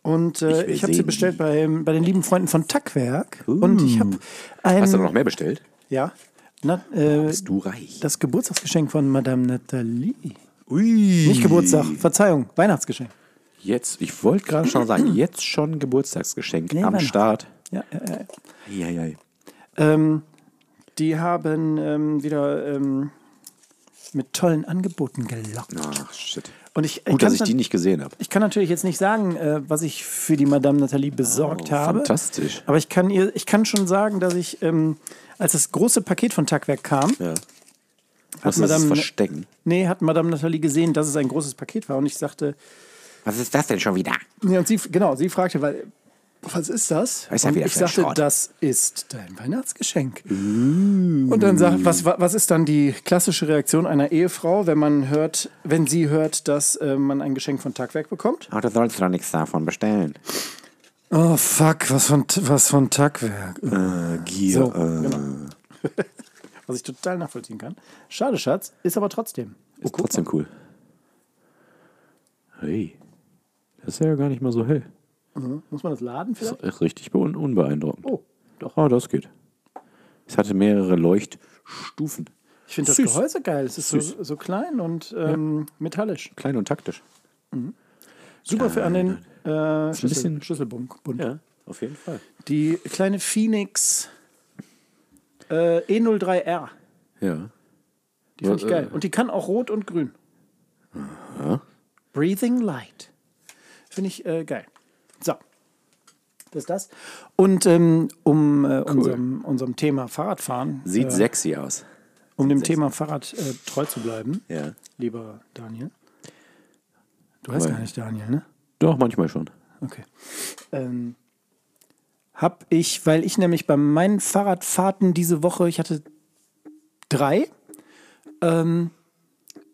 A: Und äh,
B: Ich will
A: ich, habe sie
B: sehen,
A: bestellt bei, bei den lieben Freunden von Tackwerk. Und ich habe ein.
B: Hast du da noch mehr bestellt?
A: Ja. Na, äh,
B: Bist du reich?
A: das Geburtstagsgeschenk von Madame Nathalie.
B: Ui.
A: Nicht Geburtstag, Verzeihung, Weihnachtsgeschenk.
B: Jetzt, ich wollte gerade schon sagen, jetzt schon Geburtstagsgeschenk am
A: Weihnachten.
B: Start.
A: Ja, ja, ja.
B: Ja, ja, ja.
A: Ähm, die haben ähm, wieder ähm, mit tollen Angeboten gelockt.
B: Ach, shit.
A: Und ich, ich,
B: Gut,
A: kann,
B: dass ich die nicht gesehen habe.
A: ich kann natürlich jetzt nicht sagen, äh, was ich für die Madame Nathalie besorgt
B: Oh,
A: habe.
B: fantastisch.
A: Aber ich kann, ihr, ich kann schon sagen, dass ich, ähm, als das große Paket von Tagwerk kam,
B: Ja.
A: hat
B: Muss man das
A: Madame,
B: verstecken?
A: nee, hat Madame Nathalie gesehen, dass es ein großes Paket war. Und ich sagte,
C: Was ist das denn schon wieder?
A: Ja, und sie, genau, sie fragte, weil, was ist das?
B: Was ist da
A: und
B: wieder
A: ich
B: für ein
A: sagte,
B: Schrott?
A: das ist dein Weihnachtsgeschenk. Und dann sagt, was, wa- was ist dann die klassische Reaktion einer Ehefrau, wenn man hört, wenn sie hört, dass äh, man ein Geschenk von Tagwerk bekommt?
C: Aber du sollst doch nichts davon bestellen.
A: Oh fuck, was von, was von Tagwerk.
B: Äh, Gier.
A: So, genau. was ich total nachvollziehen kann. Schade, Schatz, ist aber trotzdem.
B: Ist trotzdem cool. Hey. Das ist ja gar nicht mal so hell.
A: Muss man das laden vielleicht?
B: Ist richtig beun- unbeeindruckend.
A: Oh.
B: Doch, ah, das geht. Es hatte mehrere Leuchtstufen.
A: Ich finde das
B: Süß.
A: Gehäuse geil. Es ist so, so klein und ähm, metallisch.
B: Klein und taktisch.
A: Super für an den äh, Schlüssel,
B: bisschen-
A: Schlüsselbund.
B: Ja, auf jeden Fall.
A: Die kleine Phoenix äh, E03R.
B: Ja.
A: Die finde ich
B: Äh,
A: geil. Und die kann auch rot und grün. Breathing Light. Finde ich äh, geil. So. Das ist das. Und ähm, um äh, unserem, unserem Thema Fahrradfahren,
B: Sieht sexy aus.
A: um dem Thema Fahrrad äh, treu zu bleiben,
B: Ja.
A: lieber Daniel. Du heißt
B: Aber-
A: gar nicht Daniel, ne?
B: Doch, manchmal schon.
A: Okay. Ähm, hab ich, weil ich nämlich bei meinen Fahrradfahrten diese Woche, ich hatte drei, ähm,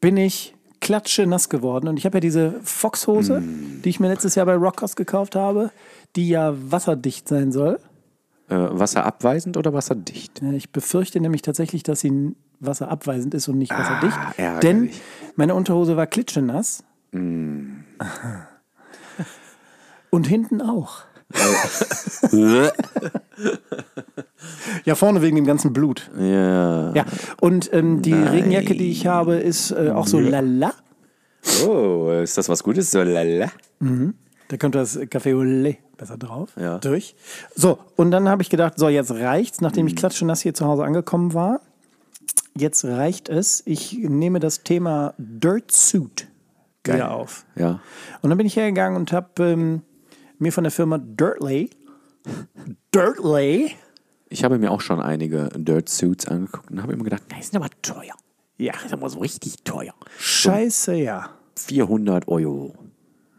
A: bin ich klatsche nass geworden. Und ich habe ja diese Foxhose, die ich mir letztes Jahr bei Rockers gekauft habe, die ja wasserdicht sein soll.
B: Äh, wasserabweisend oder wasserdicht?
A: Äh, Ich befürchte nämlich tatsächlich, dass sie n- wasserabweisend ist und nicht wasserdicht.
B: ärgerlich.
A: denn meine Unterhose war klitschenass. Und hinten auch. Ja, vorne wegen dem ganzen Blut.
B: ja.
A: Ja. Und ähm, die Regenjacke, die ich habe, ist äh, auch so lala.
B: Oh, ist das was Gutes? So lala.
A: Da kommt das Café au lait besser drauf.
B: Ja.
A: Durch. So, und dann habe ich gedacht, so, jetzt reicht's, nachdem
B: Mhm.
A: ich klatschenass hier zu Hause angekommen war. Jetzt reicht es. Ich nehme das Thema Dirt Suit wieder auf.
B: Ja.
A: Und dann bin ich hergegangen und habe ähm, mir von der Firma Dirtley, Dirtley,
B: Ich habe mir auch schon einige Dirt Suits angeguckt und habe immer gedacht,
C: Das ist aber teuer. Ja. Das ist aber so richtig teuer.
A: scheiße, ja.
B: 400 Euro.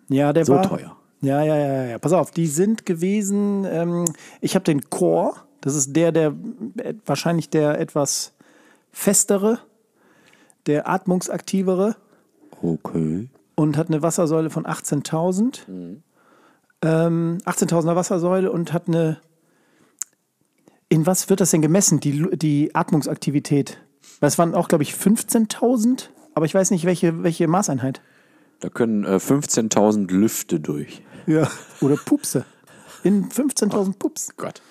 A: Ja, der
B: So
A: war.
B: teuer.
A: Ja, ja, ja, ja. Pass auf, die sind gewesen. Ähm, ich habe den Core. Das ist der, der äh, wahrscheinlich der etwas festere, der atmungsaktivere
B: Okay.
A: und hat eine Wassersäule von 18.000.
B: Mhm.
A: Ähm, 18.000er Wassersäule und hat eine. In was wird das denn gemessen, die, Lu- die Atmungsaktivität? Das waren auch, glaube ich, 15.000, aber ich weiß nicht, welche, welche Maßeinheit.
B: Da können äh, 15.000 Lüfte durch.
A: Ja. Oder Pupse. In 15.000 Pups.
B: Gott.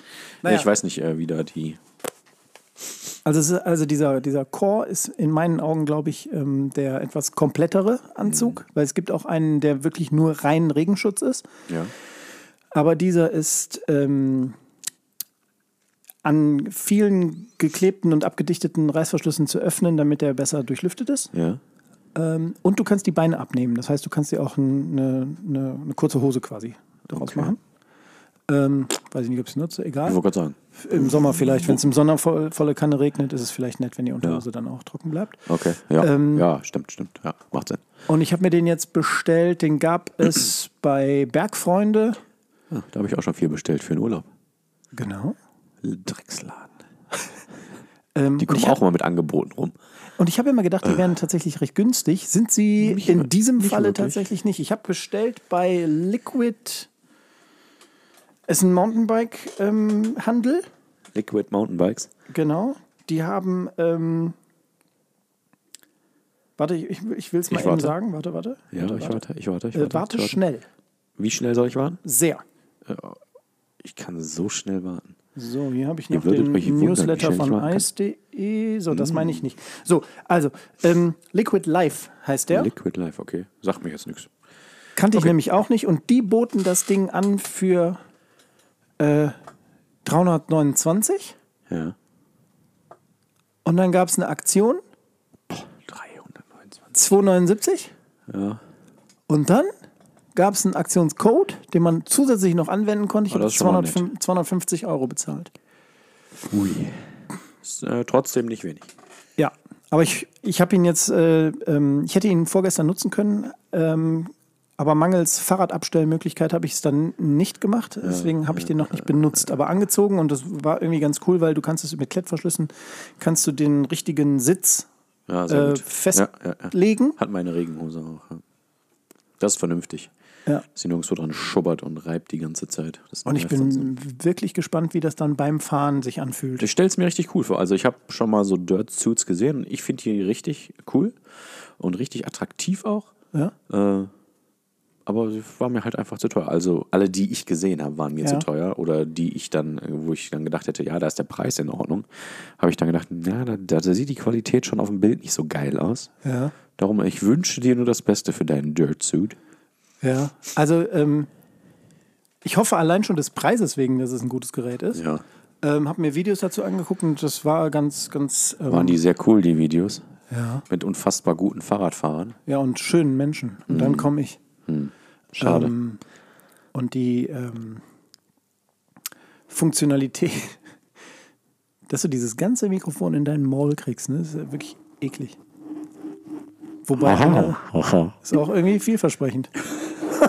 A: Naja.
B: Ich weiß nicht, äh, wie da die.
A: Also, es ist, also dieser, dieser Core ist in meinen Augen, glaube ich, ähm, der etwas komplettere Anzug, weil es gibt auch einen, der wirklich nur rein Regenschutz ist.
B: Ja.
A: Aber dieser ist ähm, an vielen geklebten und abgedichteten Reißverschlüssen zu öffnen, damit er besser durchlüftet ist.
B: Ja.
A: Ähm, und du kannst die Beine abnehmen. Das heißt, du kannst dir auch ein- eine, eine, eine kurze Hose quasi draus
B: Okay.
A: machen. Ähm, weiß ich nicht, ob ich es nutze,
B: Ich
A: egal.
B: wollte gerade sagen.
A: Im Sommer vielleicht, wenn es im Sommer voll, volle Kanne regnet, ist es vielleicht nett, wenn die Unterhose dann auch trocken bleibt.
B: Okay. Ja.
A: Ähm,
B: ja, stimmt, stimmt. Ja, macht Sinn.
A: Und ich habe mir den jetzt bestellt, den gab es bei Bergfreunde.
B: Ja, Ah, da habe ich auch schon viel bestellt für den Urlaub.
A: Genau.
B: Drecksladen.
A: Ähm,
B: Die
A: und
B: kommen
A: ich hab-
B: auch mal mit Angeboten rum.
A: Und ich habe immer gedacht, die
B: Äh.
A: wären tatsächlich recht günstig. Sind sie in diesem Falle
B: wirklich.
A: tatsächlich nicht. Ich habe bestellt bei Liquid. Ist ein Mountainbike-Handel.
B: Liquid Mountainbikes.
A: genau. Die haben. Ähm, warte, ich, ich- ich will es mal
B: Ich
A: eben
B: warte.
A: sagen. Warte, warte.
B: Ja, ich warte, ich warte, ich
A: Äh,
B: warte.
A: warte
B: ich warte.
A: schnell.
B: Wie schnell soll ich warten?
A: Sehr.
B: Ich kann so schnell warten.
A: So, hier habe ich noch
B: würdet
A: den
B: euch wundern, wie
A: Newsletter
B: schnell ich
A: von
B: machen kann. Mm.
A: ice.de. So, das meine ich nicht. So, also, ähm, Liquid Life heißt der.
B: Liquid Life, okay. Sagt mir jetzt nichts.
A: Kannte ich nämlich auch nicht. Und die boten das Ding an für äh, 329.
B: Ja.
A: Und dann gab es eine Aktion,
B: 329.
A: 279.
B: Ja.
A: Und dann gab es einen Aktionscode, den man zusätzlich noch anwenden konnte. Ich
B: Oh,
A: habe
B: das ist schon mal
A: 205 250 Euro bezahlt.
B: Ui. Ist äh, trotzdem nicht wenig.
A: Ja, aber ich, ich habe ihn jetzt, äh, ähm, ich hätte ihn vorgestern nutzen können, ähm, aber mangels Fahrradabstellmöglichkeit habe ich es dann nicht gemacht. Deswegen habe ich den noch nicht benutzt, aber angezogen und das war irgendwie ganz cool, weil du kannst es mit Klettverschlüssen, kannst du den richtigen Sitz
B: Ja, sehr
A: äh,
B: gut. Ja, ja, ja.
A: festlegen.
B: Hat meine Regenhose auch. Ja. Das ist vernünftig.
A: Ja.
B: Dass sie nirgendwo dran schubbert und reibt die ganze Zeit. Das
A: Und ich
B: nervt dann so.
A: bin wirklich gespannt, wie das dann beim Fahren sich anfühlt.
B: Ich stelle es mir richtig cool vor. Also ich habe schon mal so Dirt Suits gesehen. Ich finde die richtig cool und richtig attraktiv auch.
A: Ja?
B: Äh, aber sie war mir halt einfach zu teuer. Also alle, die ich gesehen habe, waren mir
A: Ja.
B: zu teuer. Oder die ich dann, äh, wo ich dann gedacht hätte, ja, da ist der Preis in Ordnung, habe ich dann gedacht, na, da, da da sieht die Qualität schon auf dem Bild nicht so geil aus.
A: Ja.
B: Darum, ich wünsche dir nur das Beste für deinen Dirt Suit.
A: Ja. Also ähm, ich hoffe allein schon des Preises wegen, dass es ein gutes Gerät ist.
B: Ja.
A: Ähm, habe mir Videos dazu angeguckt und das war ganz, ganz. Ähm,
B: Waren die sehr cool, die Videos. Ja. Mit unfassbar guten Fahrradfahrern.
A: Ja, und schönen Menschen. Und dann komme ich.
B: Mhm. Schade.
A: Ähm, und die ähm, Funktionalität, dass du dieses ganze Mikrofon in deinen Maul kriegst, ne? ist ja wirklich eklig. Wobei, andere- ist auch irgendwie vielversprechend.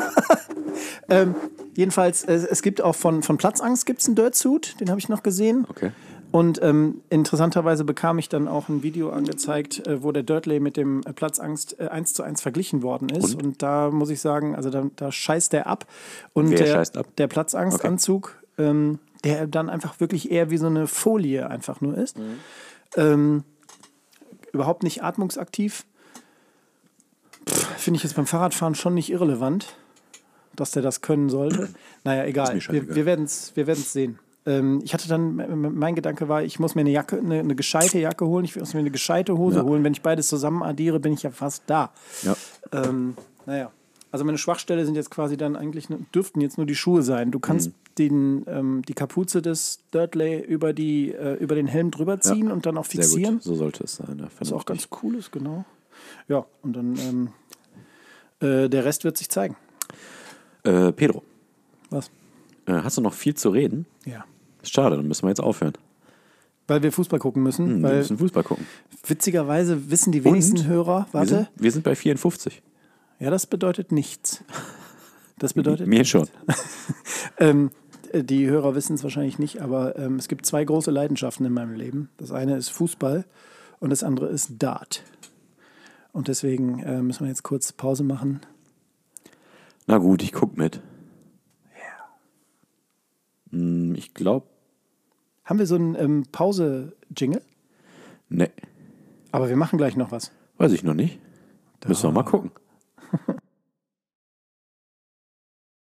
A: ähm, jedenfalls, äh, es gibt auch von, von Platzangst gibt's einen Dirtsuit, den habe ich noch gesehen.
B: Okay.
A: Und ähm, interessanterweise bekam ich dann auch ein Video angezeigt, äh, wo der Dirtley mit dem äh, Platzangst äh, 1 zu 1 verglichen worden ist. Und, da muss ich sagen, also da, da scheißt der ab. Und
B: Wer
A: der,
B: scheißt ab?
A: der Platzangstanzug, ähm, der dann einfach wirklich eher wie so eine Folie einfach nur
B: Mhm.
A: ist. Ähm, überhaupt nicht atmungsaktiv. Pff, Finde ich jetzt beim Fahrradfahren schon nicht irrelevant, dass der das können sollte. Naja, egal.
B: mir
A: wir
B: scheißegal.
A: wir werden es wir werden's sehen. Ähm, ich hatte dann, m- m- mein Gedanke war, ich muss mir eine Jacke, eine, eine gescheite Jacke holen, ich muss mir eine gescheite Hose
B: Ja.
A: holen. Wenn ich beides zusammen addiere, bin ich ja fast da.
B: Ja.
A: Ähm, naja. Also meine Schwachstelle sind jetzt quasi dann eigentlich, nur- dürften jetzt nur die Schuhe sein. Du kannst
B: Mhm.
A: den, ähm, die Kapuze des Dirtley über, die, äh, über den Helm drüber ziehen und dann auch
B: Sehr
A: fixieren.
B: gut. So sollte es sein. Ja,
A: Was auch ganz cool ist, genau. Ja, und dann ähm, äh, der Rest wird sich zeigen.
B: äh, Pedro,
A: Was?
B: äh, hast du noch viel zu reden?
A: Ja.
B: Ist schade, dann müssen wir jetzt aufhören.
A: Weil wir Fußball gucken müssen,
B: Hm, wir
A: weil
B: müssen Fußball gucken.
A: witzigerweise wissen die wenigsten
B: Und?
A: Hörer,
B: Wir
A: warte,
B: sind, wir sind bei 54.
A: ja, das bedeutet nichts. Das bedeutet,
B: Mir schon.
A: ähm, die Hörer wissen es wahrscheinlich nicht, aber ähm, es gibt zwei große Leidenschaften in meinem Leben. Das eine ist Fußball und das andere ist Dart. Und deswegen äh, müssen wir jetzt kurz Pause machen.
B: Na gut, ich guck mit. Hm, Ich glaube,
A: Haben wir so einen ähm, Pause-Jingle?
B: ne,
A: Aber wir machen gleich noch was.
B: weiß ich noch nicht. Müssen wir mal gucken.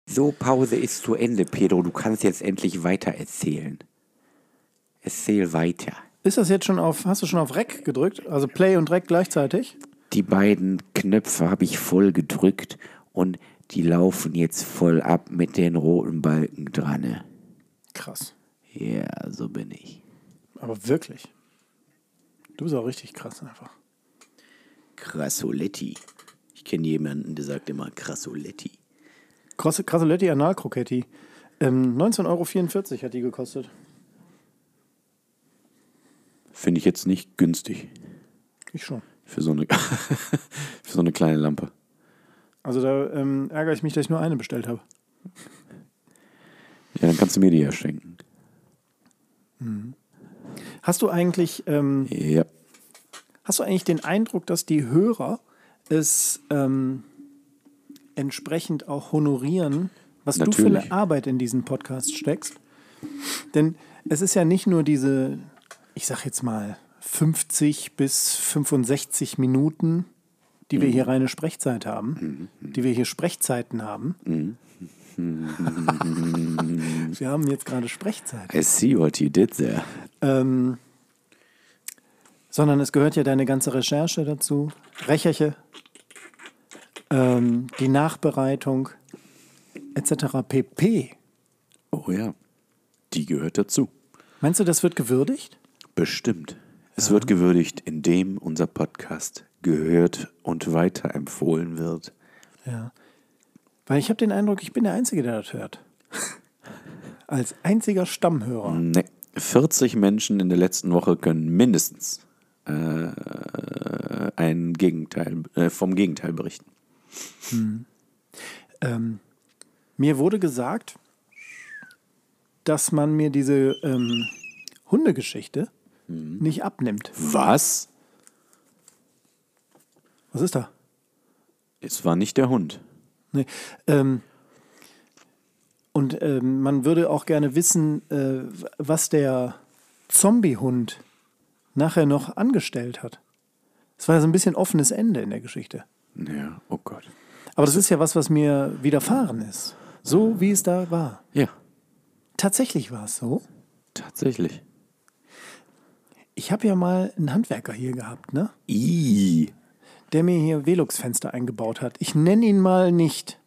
C: So, Pause ist zu Ende, Pedro. Du kannst jetzt endlich weiter erzählen. Erzähl weiter.
A: Ist das jetzt schon auf, hast du schon auf Rec gedrückt? Also Play und Rec gleichzeitig?
C: Die beiden Knöpfe habe ich voll gedrückt und die laufen jetzt voll ab mit den roten Balken dran. ne?
A: Krass.
C: Ja, so bin ich.
A: Aber wirklich. Du bist auch richtig krass einfach.
D: Krassoletti. Ich kenne jemanden, der sagt immer Krassoletti.
A: Krasse, Krassoletti Analkroketti. Ähm, 19,44 Euro hat die gekostet.
B: Finde ich jetzt nicht günstig
A: Ich schon.
B: für so eine, für so eine kleine Lampe.
A: Also da ähm, ärgere ich mich, dass ich nur eine bestellt habe.
B: Ja, dann kannst du mir die ja schenken.
A: Hast du eigentlich, ähm,
B: Ja.
A: hast du eigentlich den Eindruck, dass die Hörer es ähm, entsprechend auch honorieren, was du für
B: Natürlich.
A: eine Arbeit in diesen Podcast steckst? Denn es ist ja nicht nur diese, ich sag jetzt mal, 50 bis 65 Minuten, die wir hier reine Sprechzeit haben, die wir hier Sprechzeiten haben. wir haben jetzt gerade Sprechzeit.
B: I see what you did there.
A: Ähm, sondern es gehört ja deine ganze Recherche dazu, Recherche, ähm, die Nachbereitung etc. pp.
B: Oh ja. Die gehört dazu.
A: Meinst du, das wird gewürdigt?
B: Bestimmt. Es wird gewürdigt, indem unser Podcast gehört und weiterempfohlen wird.
A: Ja. Weil ich habe den Eindruck, ich bin der Einzige, der das hört. Als einziger Stammhörer.
B: Ne, 40 Menschen in der letzten Woche können mindestens äh, ein Gegenteil, äh, vom Gegenteil berichten.
A: Ähm, mir wurde gesagt, dass man mir diese ähm, Hundegeschichte nicht abnimmt.
B: Was?
A: Was ist da?
B: Es war nicht der Hund.
A: Nee. Ähm, und ähm, man würde auch gerne wissen, äh, was der Zombiehund nachher noch angestellt hat. Es war ja so ein bisschen offenes Ende in der Geschichte.
B: Ja, oh Gott.
A: Aber das ist ja was, was mir widerfahren ist. So wie es da war.
B: Ja,
A: Tatsächlich war es so.
B: tatsächlich.
A: Ich habe ja mal einen Handwerker hier gehabt, ne?
B: I.
A: Der mir hier Velux-Fenster eingebaut hat. Ich nenne ihn mal nicht.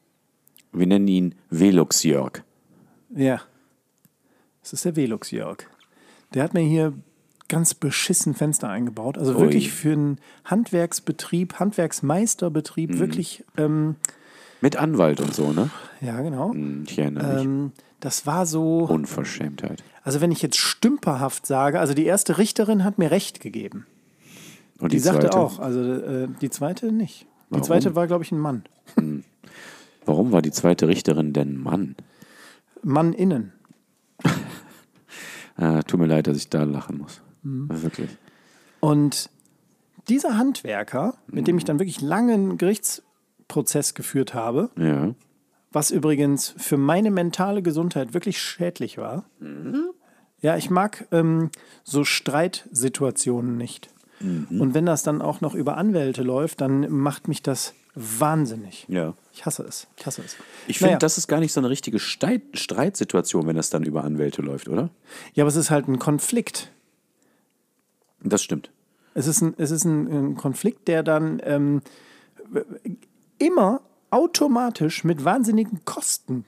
B: Wir nennen ihn Velux Jörg.
A: Ja. Es ist der Velux, Jörg. Der hat mir hier ganz beschissen Fenster eingebaut. Also wirklich für einen Handwerksbetrieb, Handwerksmeisterbetrieb, wirklich, ähm,
B: Mit Anwalt und so, ne?
A: ja genau.
B: Hm, Ich erinnere mich.
A: Ähm, das war so,
B: Unverschämtheit.
A: also wenn ich jetzt stümperhaft sage, also die erste Richterin hat mir recht gegeben.
B: Und
A: Die, sagte auch, also äh, die zweite nicht. Die
B: Warum?
A: zweite war, glaube ich, ein Mann.
B: Warum war die zweite Richterin denn Mann?
A: Mann innen.
B: Ah, tut mir leid, dass ich da lachen muss.
A: Mhm.
B: Wirklich.
A: Und dieser Handwerker, mit dem ich dann wirklich langen Gerichtsprozess geführt habe,
B: Ja.
A: was übrigens für meine mentale Gesundheit wirklich schädlich war.
B: Mhm.
A: Ja, ich mag ähm, so Streitsituationen nicht.
B: Mhm.
A: Und wenn das dann auch noch über Anwälte läuft, dann macht mich das wahnsinnig.
B: Ja.
A: Ich hasse es. Ich hasse es.
B: Ich finde,
A: Naja.
B: das ist gar nicht so eine richtige Streit Streitsituation, wenn das dann über Anwälte läuft, oder?
A: Ja, aber es ist halt ein Konflikt.
B: Das stimmt.
A: Es ist ein, es ist ein, ein Konflikt, der dann ähm, immer automatisch mit wahnsinnigen Kosten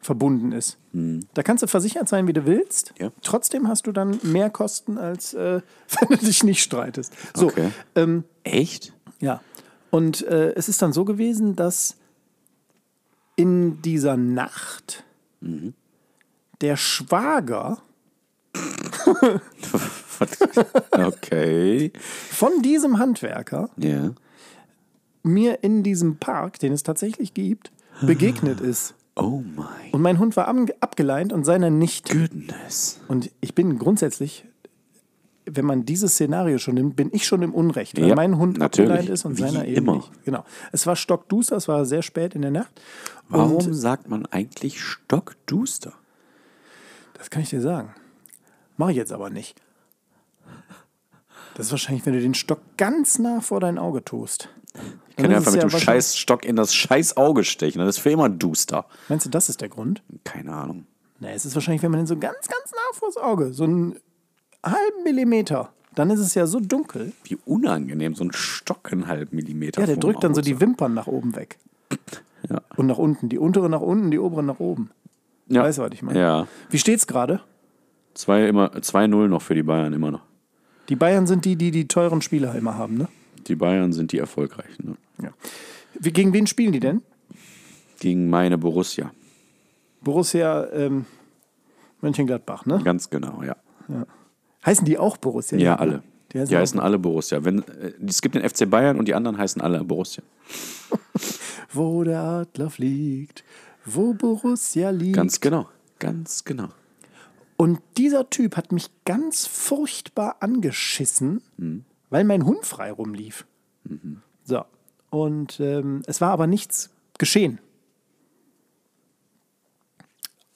A: verbunden ist. Da kannst du versichert sein, wie du willst.
B: Mhm. Ja.
A: Trotzdem hast du dann mehr Kosten, als äh, wenn du dich nicht streitest. So,
B: Okay.
A: ähm,
B: Echt?
A: ja. Und äh, es ist dann so gewesen, dass in dieser Nacht
B: Mhm.
A: der Schwager
B: okay.
A: von diesem Handwerker
B: Ja.
A: mir in diesem Park, den es tatsächlich gibt, begegnet ist.
B: Oh my
A: Und mein Hund war am- abgeleint und seiner nicht.
B: goodness.
A: Und ich bin grundsätzlich wenn man dieses Szenario schon nimmt, bin ich schon im Unrecht, weil
B: Ja,
A: mein Hund
B: natürlich.
A: abgeleitet ist und
B: Wie
A: seiner eben
B: immer.
A: nicht. Genau. Es war stockduster, es war sehr spät in der Nacht.
B: Warum
A: Und,
B: sagt man eigentlich stockduster?
A: das kann ich dir sagen. Mache ich jetzt aber nicht. Das ist wahrscheinlich, wenn du den Stock ganz nah vor dein Auge tust. Ich
B: Kann ja einfach mit dem Scheißstock in das Scheißauge stechen. Das ist für immer duster.
A: Meinst du, das ist der Grund?
B: Keine Ahnung.
A: Na, es ist wahrscheinlich, wenn man den so ganz, ganz nah vors Auge, so einen halben Millimeter, dann ist es ja so dunkel.
B: Wie unangenehm, so ein Stock einen halben Millimeter.
A: Ja, der
B: vorm
A: drückt dann so
B: Auge.
A: die Wimpern nach oben weg. Und nach unten. Die untere nach unten, die obere nach oben.
B: Ja.
A: Weißt du, was ich meine?
B: Ja.
A: Wie steht's gerade?
B: Zwei immer- 2-0 noch für die Bayern immer noch.
A: Die Bayern sind die, die die teuren Spieler immer haben, ne?
B: Die Bayern sind die erfolgreichen. Ne?
A: Ja. Wie, gegen wen spielen die denn?
B: Gegen meine Borussia.
A: Borussia ähm, Mönchengladbach, ne?
B: Ganz genau, ja.
A: Heißen die auch Borussia?
B: Ja, alle.
A: Die heißen
B: die
A: auch-
B: heißen alle Borussia. Wenn, äh, es gibt den FC Bayern und die anderen heißen alle Borussia.
A: Wo der Adler fliegt, wo Borussia liegt.
B: Ganz genau. Ganz genau.
A: Und dieser Typ hat mich ganz furchtbar angeschissen, weil mein Hund frei rumlief. So. Und ähm, es war aber nichts geschehen.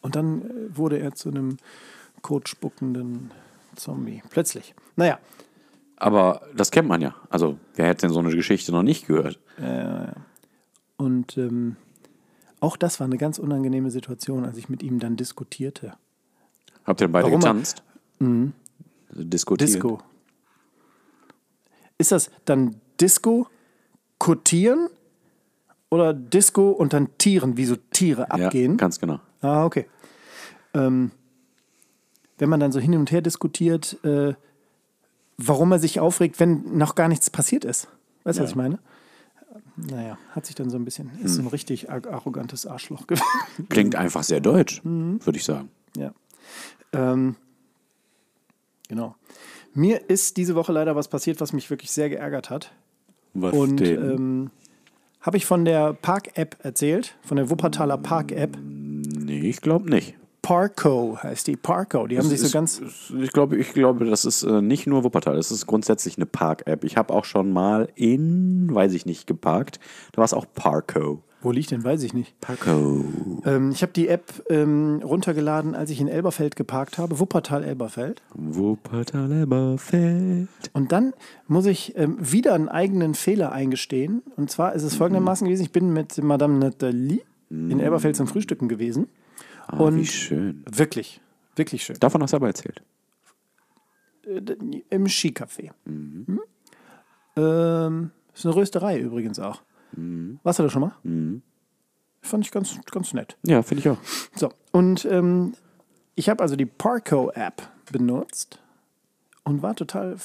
A: Und dann äh, wurde er zu einem kotspuckenden Zombie. Plötzlich. Naja,
B: Aber das kennt man ja. Also, wer hätte denn so eine Geschichte noch nicht gehört?
A: und ähm, auch das war eine ganz unangenehme Situation, als ich mit ihm dann diskutierte.
B: Habt ihr beide
A: Warum man- Mhm.
B: getanzt? Also diskutiert.
A: Disco. Ist das dann Disco, kotieren oder Disco und dann Tieren, wie so Tiere
B: Ja,
A: abgehen?
B: ganz genau.
A: ah, okay. Ähm, wenn man dann so hin und her diskutiert, äh, warum er sich aufregt, wenn noch gar nichts passiert ist. Weißt du, was ich meine? Naja, hat sich dann so ein bisschen, ist so ein richtig ar- arrogantes Arschloch gewesen.
B: Klingt einfach sehr deutsch,
A: Mhm.
B: würde ich sagen.
A: Ja. Ähm, genau. Mir ist diese Woche leider was passiert, was mich wirklich sehr geärgert hat.
B: Was
A: Und ähm, habe ich von der Park-App erzählt, von der Wuppertaler Park-App.
B: nee, ich glaube nicht.
A: Parco heißt die. Parco. Die haben sich so
B: ist-
A: ganz.
B: ist- Ich glaube, ich glaube, das ist äh, nicht nur Wuppertal, das ist grundsätzlich eine Park-App. Ich habe auch schon mal in, weiß ich nicht, geparkt. Da war es auch Parko.
A: Wo liegt denn? Weiß ich nicht.
B: Parko.
A: Ähm, ich habe die App ähm, runtergeladen, als ich in Elberfeld geparkt habe. Wuppertal-Elberfeld.
B: Wuppertal Elberfeld.
A: Und dann muss ich ähm, wieder einen eigenen Fehler eingestehen. Und zwar ist es folgendermaßen gewesen: Ich bin mit Madame Nathalie in Elberfeld zum Frühstücken gewesen. und
B: Ah, Wie schön.
A: wirklich, wirklich schön.
B: Davon hast du aber erzählt.
A: Äh, Im Skicafé. Mhm. Ähm, ist eine Rösterei übrigens auch. Warst du da schon mal? Fand ich ganz, ganz nett.
B: Ja, finde ich auch.
A: So, und ähm, ich habe also die Parco-App benutzt und war total,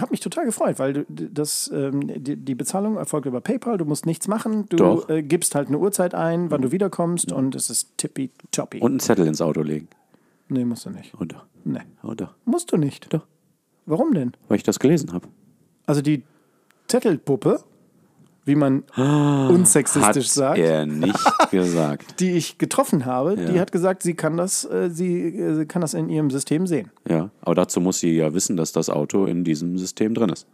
A: habe mich total gefreut, weil du- das, ähm, die, die Bezahlung erfolgt über PayPal, du musst nichts machen, du
B: Doch. Mhm.
A: äh, gibst halt eine Uhrzeit ein, wann du wiederkommst und es ist tippitoppi.
B: Und einen Zettel ins Auto legen. Oh,
A: Nee, musst du nicht.
B: Und doch.
A: Nee,
B: Und doch.
A: musst du nicht.
B: Doch.
A: Warum denn?
B: Weil ich das gelesen habe.
A: Also die Zettelpuppe, wie man unsexistisch sagt.
B: Ah, er nicht gesagt.
A: Die ich getroffen habe, die
B: Ja.
A: hat gesagt, sie kann das, äh, sie äh, sie kann das in ihrem System sehen.
B: Ja, aber dazu muss sie ja wissen, dass das Auto in diesem System drin ist.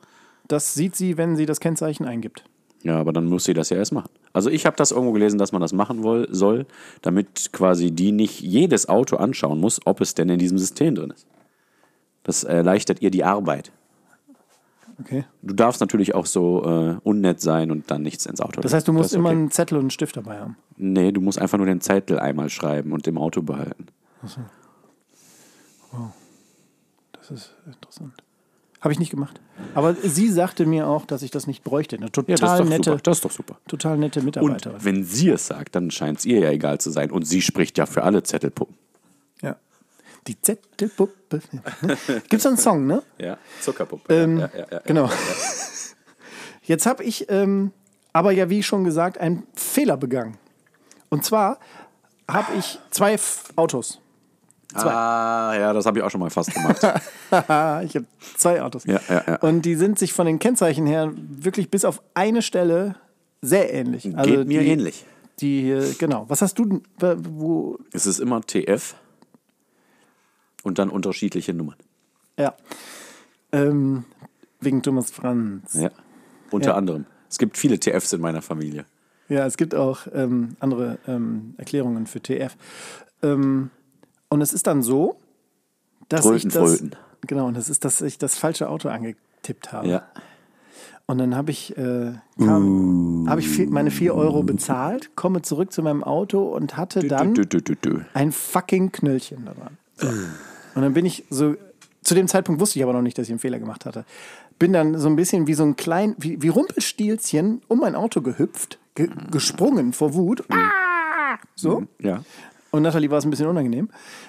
A: Das sieht sie, wenn sie das Kennzeichen eingibt.
B: Ja, aber dann muss sie das ja erst machen. Also ich habe das irgendwo gelesen, dass man das machen woll, soll, damit quasi die nicht jedes Auto anschauen muss, ob es denn in diesem System drin ist. Das erleichtert ihr die Arbeit.
A: Okay.
B: Du darfst natürlich auch so äh, unnett sein und dann nichts ins Auto.
A: Das heißt, du musst
B: ist
A: immer
B: okay.
A: einen Zettel und einen Stift dabei haben.
B: Nee, du musst einfach nur den Zettel einmal schreiben und im Auto behalten.
A: Das ist interessant. Habe ich nicht gemacht. Aber sie sagte mir auch, dass ich das nicht bräuchte. Eine total
B: das ist doch
A: nette,
B: super. Das ist doch super.
A: total nette
B: Und
A: Mitarbeiterin.
B: wenn sie es sagt, dann scheint es ihr ja egal zu sein. Und sie spricht ja für alle Zettelpuppen.
A: ja. Die Zettelpuppe. Gibt es einen Song, ne?
B: Ja, Zuckerpuppe. ja, ja, ja,
A: Genau. Jetzt habe ich ähm, aber ja, wie schon gesagt, einen Fehler begangen. Und zwar habe ich zwei F Autos.
B: Ah, ja, das habe ich auch schon mal fast gemacht.
A: Ah, ich habe zwei Autos.
B: Ja, ja, ja.
A: Und die sind sich von den Kennzeichen her wirklich bis auf eine Stelle sehr ähnlich.
B: Geht mir
A: Also die,
B: ähnlich.
A: Die, äh, genau. Was hast du denn, wa- wo,
B: Es ist immer TF und dann unterschiedliche Nummern.
A: ja. Ähm, wegen Thomas Franz.
B: Ja. Unter
A: Ja.
B: anderem. Es gibt viele TFs in meiner Familie.
A: Ja, es gibt auch ähm, andere ähm, Erklärungen für TF. Ähm, und es ist dann so, dass ich das
B: Trötenfröten.
A: genau und es ist, dass ich das falsche Auto angetippt habe.
B: Ja.
A: Und dann habe ich, äh, kam- habe ich viel, meine 4 Euro bezahlt, komme zurück zu meinem Auto und hatte dann
B: Dü, dü, dü, dü.
A: ein fucking Knöllchen daran. Und dann bin ich so, zu dem Zeitpunkt wusste ich aber noch nicht, dass ich einen Fehler gemacht hatte. Bin dann so ein bisschen wie so ein klein, wie, wie Rumpelstilzchen um mein Auto gehüpft, ge gesprungen vor Wut. Ah! So.
B: Ja.
A: Und Nathalie war es ein bisschen unangenehm.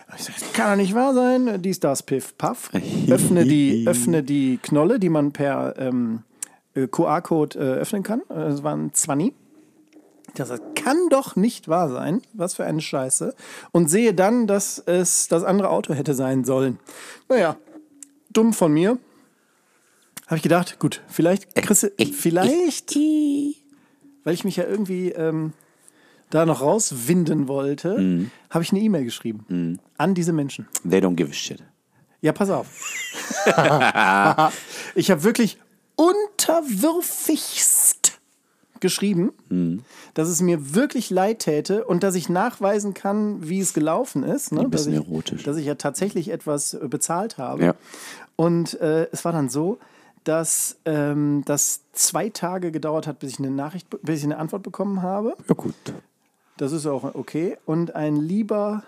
A: Und ich so, das kann doch nicht wahr sein. Dies, das, piff, paff. Öffne die, öffne die Knolle, die man per ähm, äh, QR-Code äh, öffnen kann. Äh, Es war ein 20. Das kann doch nicht wahr sein. Was für eine Scheiße. Und sehe dann, dass es das andere Auto hätte sein sollen. Naja, dumm von mir. Habe ich gedacht, gut, vielleicht, kriegst du- vielleicht, weil ich mich ja irgendwie ähm, da noch rauswinden wollte, habe ich eine E-Mail geschrieben an diese Menschen.
B: They don't give a shit.
A: Ja, pass auf. ich habe wirklich unterwürfigst geschrieben,
B: Hm.
A: dass es mir wirklich leid täte und dass ich nachweisen kann, wie es gelaufen ist. Ne? dass
B: bisschen
A: ich,
B: erotisch.
A: Dass ich ja tatsächlich etwas äh, bezahlt habe.
B: Ja.
A: Und äh, es war dann so, dass ähm, das zwei Tage gedauert hat, bis ich eine Nachricht, be- bis ich eine Antwort bekommen habe.
B: Ja, gut.
A: Das ist auch okay. Und ein lieber.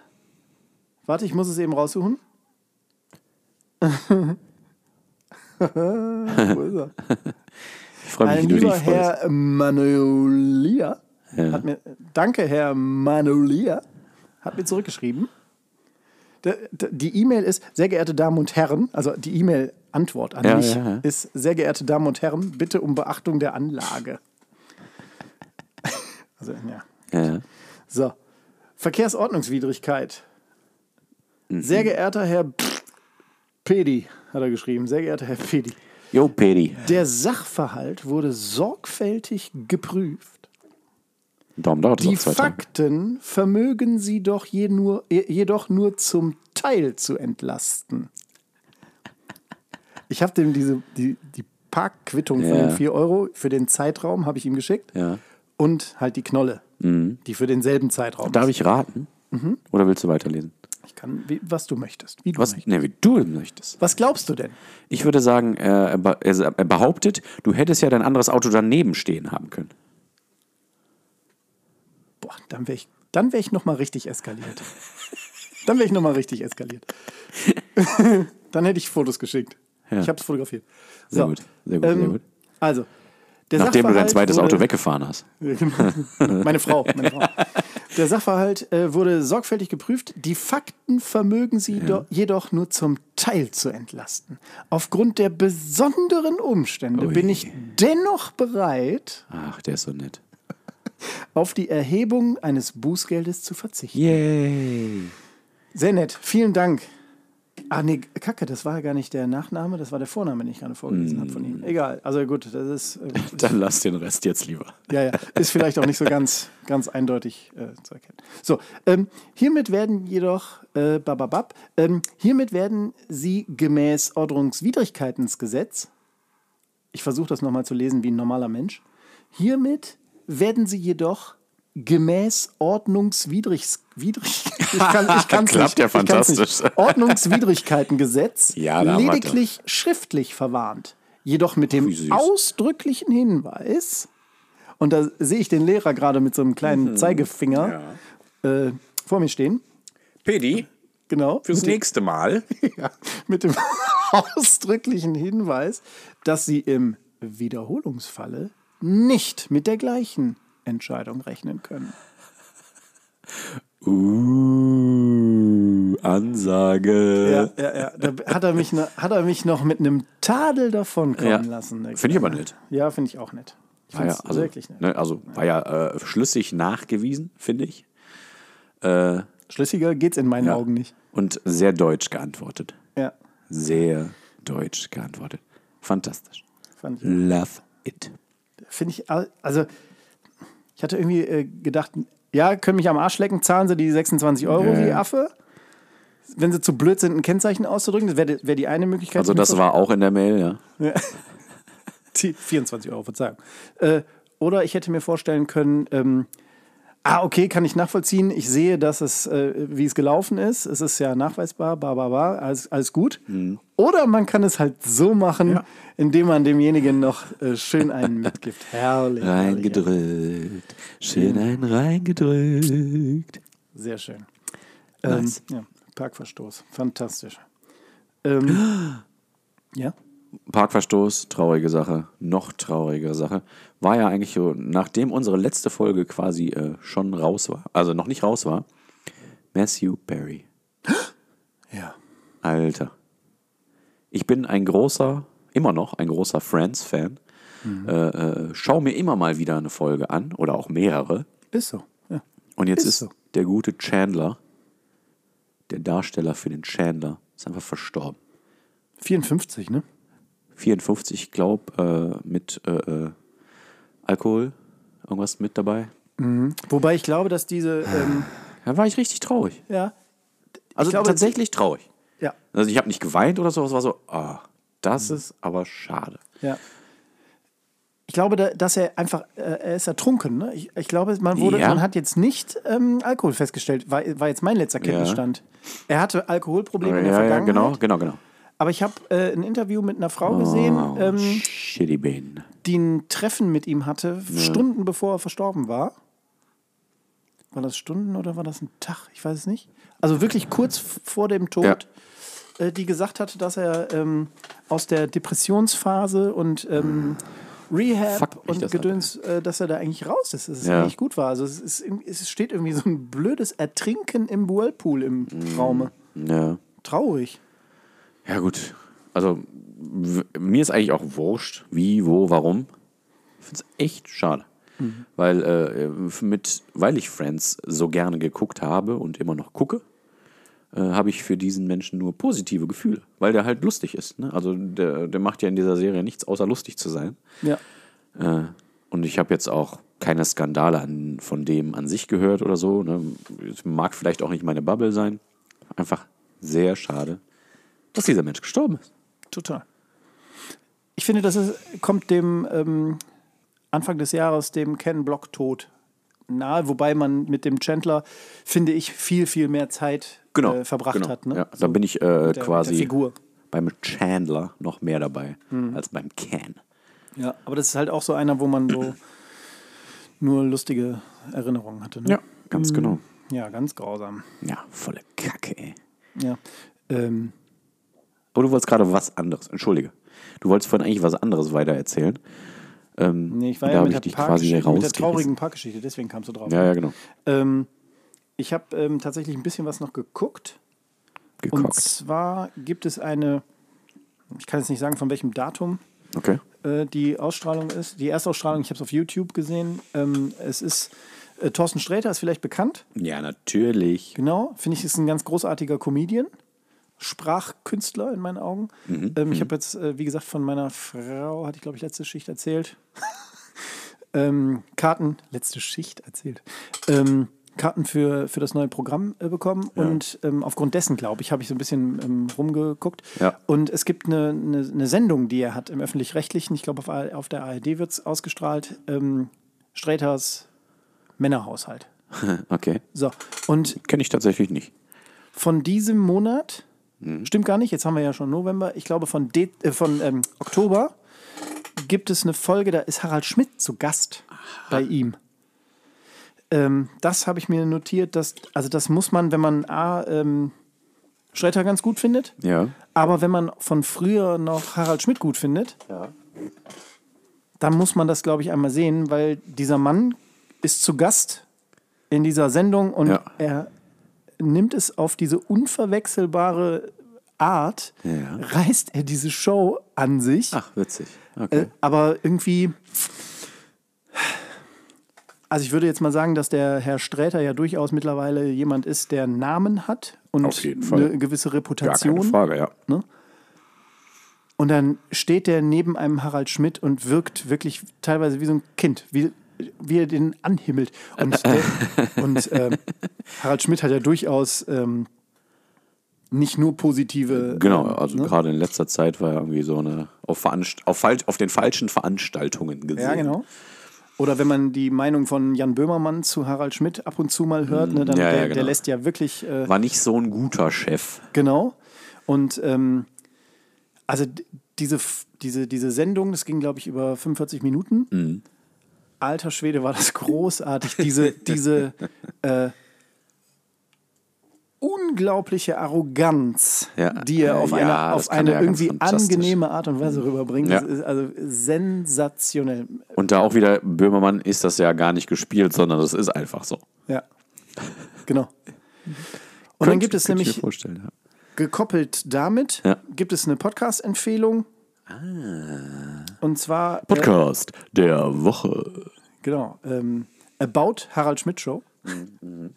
A: Warte, ich muss es eben raussuchen. Wo ist er?
B: Ich freue mich,
A: Ein
B: wie du dich
A: lieber
B: freust.
A: Herr Manolia
B: Ja.
A: hat mir, danke Herr Manolia, hat mir zurückgeschrieben. D- d- Die E-Mail ist, sehr geehrte Damen und Herren, also die E-Mail-Antwort an
B: Ja,
A: mich
B: ja, ja.
A: ist, sehr geehrte Damen und Herren, bitte um Beachtung der Anlage. also, ja.
B: Ja.
A: So. Verkehrsordnungswidrigkeit.
B: Mhm.
A: Sehr geehrter Herr Pedi, hat er geschrieben. Sehr geehrter Herr Pedi.
B: Yo, Pedi.
A: Der Sachverhalt wurde sorgfältig geprüft.
B: Daumen dauert es
A: Die
B: noch zwei Tage.
A: Fakten vermögen Sie doch je nur, je- jedoch nur zum Teil zu entlasten. Ich habe dem diese, die, die Parkquittung von
B: Ja.
A: den 4 Euro für den Zeitraum habe ich ihm geschickt.
B: Ja. Mhm.
A: Und halt die Knolle, die für denselben Zeitraum
B: Darf ich raten?
A: Mhm.
B: Oder willst du weiterlesen?
A: Ich kann, wie, was du möchtest. Wie du
B: Was,
A: möchtest.
B: ne, wie du möchtest.
A: Was glaubst du denn?
B: Ich würde sagen, äh, er be- er er behauptet, du hättest ja dein anderes Auto daneben stehen haben können.
A: Boah, dann wäre ich, dann wär ich nochmal richtig eskaliert. dann wäre ich nochmal richtig eskaliert. dann hätte ich Fotos geschickt.
B: Ja.
A: Ich habe es fotografiert.
B: Sehr gut, sehr gut, sehr gut.
A: Also, der
B: Nachdem du dein
A: Sachverhalt
B: zweites
A: wurde, genau.
B: Auto weggefahren hast.
A: meine Frau, meine Frau. Der Sachverhalt äh, wurde sorgfältig geprüft. Die Fakten vermögen sie do, jedoch nur zum Teil zu entlasten. Aufgrund der besonderen Umstände bin ich dennoch bereit,
B: Ach, der ist so nett.
A: auf die Erhebung eines Bußgeldes zu verzichten.
B: Yay.
A: Sehr nett, vielen Dank. Ah, nee, Kacke, das war gar nicht der Nachname, das war der Vorname, den ich gerade vorgelesen habe von ihm. Egal, also gut, das ist, äh,
B: Dann lass den Rest jetzt lieber.
A: ja, ja, ist vielleicht auch nicht so ganz, ganz eindeutig äh, zu erkennen. So, ähm, hiermit werden jedoch, äh, bababab, ähm, hiermit werden Sie gemäß Ordnungswidrigkeitensgesetz, ich versuche das nochmal zu lesen wie ein normaler Mensch, hiermit werden Sie jedoch gemäß Ordnungswidrigs, widrig, ich kann ich kann's nicht,
B: Klappt ja
A: ich kann's nicht.
B: fantastisch.
A: Ordnungswidrigkeitengesetz
B: Ja, da haben wir's.
A: lediglich schriftlich verwarnt, jedoch mit dem
B: süß.
A: ausdrücklichen Hinweis, und da sehe ich den Lehrer gerade mit so einem kleinen
B: Mhm.
A: Zeigefinger äh, vor mir stehen.
B: Pedi,
A: Genau. mit, dem,
B: nächste Mal.
A: ja, mit dem ausdrücklichen Hinweis, dass sie im Wiederholungsfalle nicht mit der gleichen Entscheidung rechnen können.
B: Uh, Ansage.
A: Ja, ja, ja. Da hat er mich, ne, hat er mich noch mit einem Tadel davonkommen
B: Ja.
A: lassen. der
B: Finde ich aber
A: Kleine.
B: nett.
A: Ja, finde ich auch nett. Ich
B: War
A: finde
B: ja,
A: es
B: also,
A: wirklich nett.
B: ne, also war ja äh, schlüssig nachgewiesen, finde ich.
A: Schlüssiger geht's in meinen Augen nicht.
B: Und sehr deutsch geantwortet.
A: Ja,
B: Sehr deutsch geantwortet. Fantastisch.
A: fand ich.
B: Love it.
A: Finde ich, al- also ich hatte irgendwie äh, gedacht, ja, können mich am Arsch lecken, zahlen sie die 26 Euro
B: Ja,
A: wie
B: ja.
A: Affe. wenn sie zu blöd sind, ein Kennzeichen auszudrücken, das wäre wär die eine Möglichkeit.
B: Also das war auch in der Mail, ja.
A: Die 24 Euro, Verzeihung. Äh, oder ich hätte mir vorstellen können, ähm, ah, okay, kann ich nachvollziehen. Ich sehe, dass es, äh, wie es gelaufen ist. Es ist ja nachweisbar, ba, ba, ba, alles, alles gut.
B: Mhm.
A: Oder man kann es halt so machen, indem man demjenigen noch äh, schön einen mitgibt. Herrlich. herrlich, herrlich.
C: Reingedrückt, schön ein reingedrückt.
A: Sehr schön. Ähm, ja, Parkverstoß, fantastisch. Ähm, ja,
B: Parkverstoß, traurige Sache, noch traurige Sache. War ja eigentlich, so, nachdem unsere letzte Folge quasi äh, schon raus war, also noch nicht raus war, Matthew Barry.
A: ja.
B: Alter. Ich bin ein großer, immer noch ein großer Friends-Fan.
A: Mhm.
B: Äh, äh, schau mir immer mal wieder eine Folge an oder auch mehrere.
A: Ist so. Ja.
B: Und jetzt
A: Ist
B: ist,
A: so.
B: der gute Chandler, der Darsteller für den Chandler, ist einfach verstorben.
A: 54, ne?
B: 54, ich glaube, äh, mit äh, äh, Alkohol, irgendwas mit dabei.
A: Wobei ich glaube, dass diese, ähm,
B: Da war ich richtig traurig.
A: ja,
B: Also
A: glaube-
B: tatsächlich traurig.
A: ja,
B: Also ich habe nicht geweint oder so, es war so, ah, das
A: Mhm.
B: ist aber schade.
A: ja. Ich glaube, da- dass er einfach, äh, er ist ertrunken. Ne? Ich, ich glaube, man wurde,
B: Ja.
A: man hat jetzt nicht ähm, Alkohol festgestellt, war, war jetzt mein letzter Kenntnisstand. Er hatte Alkoholprobleme in der
B: ja,
A: Vergangenheit.
B: genau, genau, genau.
A: Aber ich habe äh, ein Interview mit einer Frau gesehen, ähm,
B: Oh, Shitty Bean.
A: die ein Treffen mit ihm hatte, Stunden bevor er verstorben war. War das Stunden oder war das ein Tag? Ich weiß es nicht. Also wirklich kurz f- vor dem Tod, äh, die gesagt hatte, dass er ähm, aus der Depressionsphase und ähm, Rehab
B: Fuck mich
A: und
B: das ab.
A: Gedöns, äh, dass er da eigentlich raus ist, dass es
B: Ja.
A: eigentlich gut war. Also es, ist, irgendwie- es steht irgendwie so ein blödes Ertrinken im Whirlpool im
B: Mhm.
A: Raume.
B: Ja.
A: Traurig.
B: ja, gut. Also w- mir ist eigentlich auch wurscht, wie, wo, warum. Ich finde es echt schade. Weil, äh, f- mit, weil ich Friends so gerne geguckt habe und immer noch gucke, äh, habe ich für diesen Menschen nur positive Gefühle, weil der halt lustig ist. Ne? Also der, der macht ja in dieser Serie nichts, außer lustig zu sein.
A: Ja.
B: Äh, und ich habe jetzt auch keine Skandale an, von dem an sich gehört oder so. Ne? Es mag vielleicht auch nicht meine Bubble sein. Einfach sehr schade, dass dieser Mensch gestorben ist.
A: Total. Ich finde, das ist, kommt dem ähm, Anfang des Jahres, dem Ken Block Tod nahe, wobei man mit dem Chandler, finde ich, viel, viel mehr Zeit äh, verbracht
B: genau.
A: hat. Ne?
B: Ja, da bin ich
A: der
B: äh, quasi
A: Figur. Mhm.
B: beim Chandler noch mehr dabei als beim Ken.
A: ja, aber das ist halt auch so einer, wo man so nur lustige Erinnerungen hatte. Ne?
B: ganz genau.
A: Ja, ganz grausam.
B: Ja, volle Kacke, ey.
A: Ja. Ähm,
B: Aber du wolltest gerade was anderes. Entschuldige. Du wolltest vorhin eigentlich was anderes weiter erzählen.
A: nee, ich war
B: Da
A: ja
B: hab
A: mit
B: ich
A: der,
B: dich quasi
A: Parkgeschichte- mit der
B: rausgerissen.
A: traurigen Parkgeschichte, deswegen kamst du drauf.
B: Ja, ja, genau.
A: Ähm, ich habe ähm, tatsächlich ein bisschen was noch geguckt. Und
B: Gekockt.
A: zwar gibt es eine, ich kann jetzt nicht sagen, von welchem Datum
B: Okay.
A: äh, die Ausstrahlung ist. Die Erstausstrahlung, ich habe es auf YouTube gesehen. Ähm, es ist äh, Thorsten Sträter, ist vielleicht bekannt.
B: Ja, natürlich.
A: Genau, finde ich, ist ein ganz großartiger Comedian. Sprachkünstler in meinen Augen. Ähm, ich habe jetzt, äh, wie gesagt, von meiner Frau, hatte ich glaube ich letzte Schicht erzählt. ähm, Karten, letzte Schicht erzählt. Ähm, Karten für, für das neue Programm äh, bekommen und ähm, aufgrund dessen, glaube ich, habe ich so ein bisschen ähm, rumgeguckt.
B: Ja.
A: Und es gibt eine, eine, eine Sendung, die er hat im Öffentlich-Rechtlichen, ich glaube auf, A- auf der ARD wird es ausgestrahlt, ähm, Sträters Männerhaushalt.
B: Okay.
A: So, und
B: Kenne ich tatsächlich nicht.
A: von diesem Monat, stimmt gar nicht, jetzt haben wir ja schon November, ich glaube von, De äh, von ähm, Oktober gibt es eine Folge, da ist Harald Schmidt zu Gast bei ihm. Ähm, das habe ich mir notiert, dass, also das muss man, wenn man A, ähm, Schredder ganz gut findet,
B: Ja.
A: aber wenn man von früher noch Harald Schmidt gut findet, dann muss man das, glaube ich, einmal sehen, weil dieser Mann ist zu Gast in dieser Sendung und
B: Ja.
A: er nimmt es auf diese unverwechselbare Art,
B: Ja.
A: reißt er diese Show an sich,
B: Ach, witzig.
A: äh,
B: Okay.
A: aber irgendwie. Also ich würde jetzt mal sagen, dass der Herr Sträter ja durchaus mittlerweile jemand ist, der einen Namen hat und
B: Auf jeden Fall.
A: eine gewisse
B: Gar keine
A: Reputation.
B: Frage, ja.
A: Und dann steht der neben einem Harald Schmidt und wirkt wirklich teilweise wie so ein Kind, wie, wie er den anhimmelt. Und, der, und ähm, Harald Schmidt hat ja durchaus ähm, nicht nur positive.
B: Genau,
A: ähm,
B: also
A: ne?
B: gerade in letzter Zeit war ja irgendwie so eine auf, Veranst auf, falsch, auf den falschen Veranstaltungen gesehen.
A: Ja, genau. Oder wenn man die Meinung von Jan Böhmermann zu Harald Schmidt ab und zu mal hört, ne, dann
B: Ja, ja,
A: der, der
B: genau.
A: lässt ja wirklich äh,
B: War nicht so ein guter Chef.
A: Genau. Und ähm, also d- diese, F- diese, diese Sendung, das ging, glaube ich, über 45 Minuten.
B: Mhm.
A: Alter Schwede, war das großartig. Diese, diese äh, unglaubliche Arroganz,
B: Ja,
A: die er
B: äh,
A: auf
B: ja,
A: eine,
B: das
A: auf
B: kann
A: eine
B: er ganz
A: irgendwie
B: fantastisch. Mhm.
A: angenehme Art und Weise rüberbringt.
B: Ja.
A: Das ist also sensationell.
B: Und da auch wieder, Böhmermann ist das ja gar nicht gespielt, sondern das ist einfach so.
A: Ja. Genau. Und dann gibt es
B: Könnte ich
A: nämlich
B: mir vorstellen, ja.
A: Gekoppelt damit
B: Ja.
A: gibt es eine Podcast-Empfehlung. Und zwar, äh,
B: Podcast der Woche.
A: genau, ähm, About Harald Schmidt Show. mhm,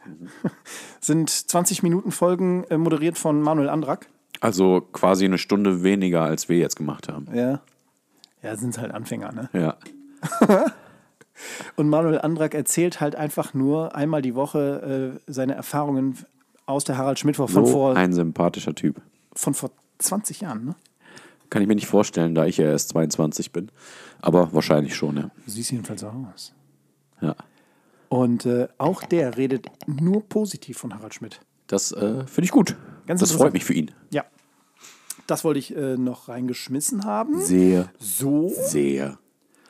A: Sind 20 Minuten Folgen äh, moderiert von Manuel Andrak.
B: Also quasi eine Stunde weniger, als wir jetzt gemacht haben.
A: Ja. Ja, sind halt Anfänger, ne?
B: Ja.
A: Und Manuel Andrak erzählt halt einfach nur einmal die Woche äh, seine Erfahrungen aus der Harald Schmidt Show von,
B: So
A: vor,
B: ein sympathischer Typ.
A: von vor 20 Jahren, ne?
B: Kann ich mir nicht vorstellen, da ich ja erst 22 bin. Aber wahrscheinlich schon, ja.
A: Du siehst jedenfalls so aus.
B: ja.
A: Und äh, auch der redet nur positiv von Harald Schmidt.
B: Das äh, finde ich gut.
A: Ganz
B: das
A: interessant.
B: freut mich für ihn.
A: Ja. Das wollte ich äh, noch reingeschmissen haben.
B: Sehr,
A: So.
B: sehr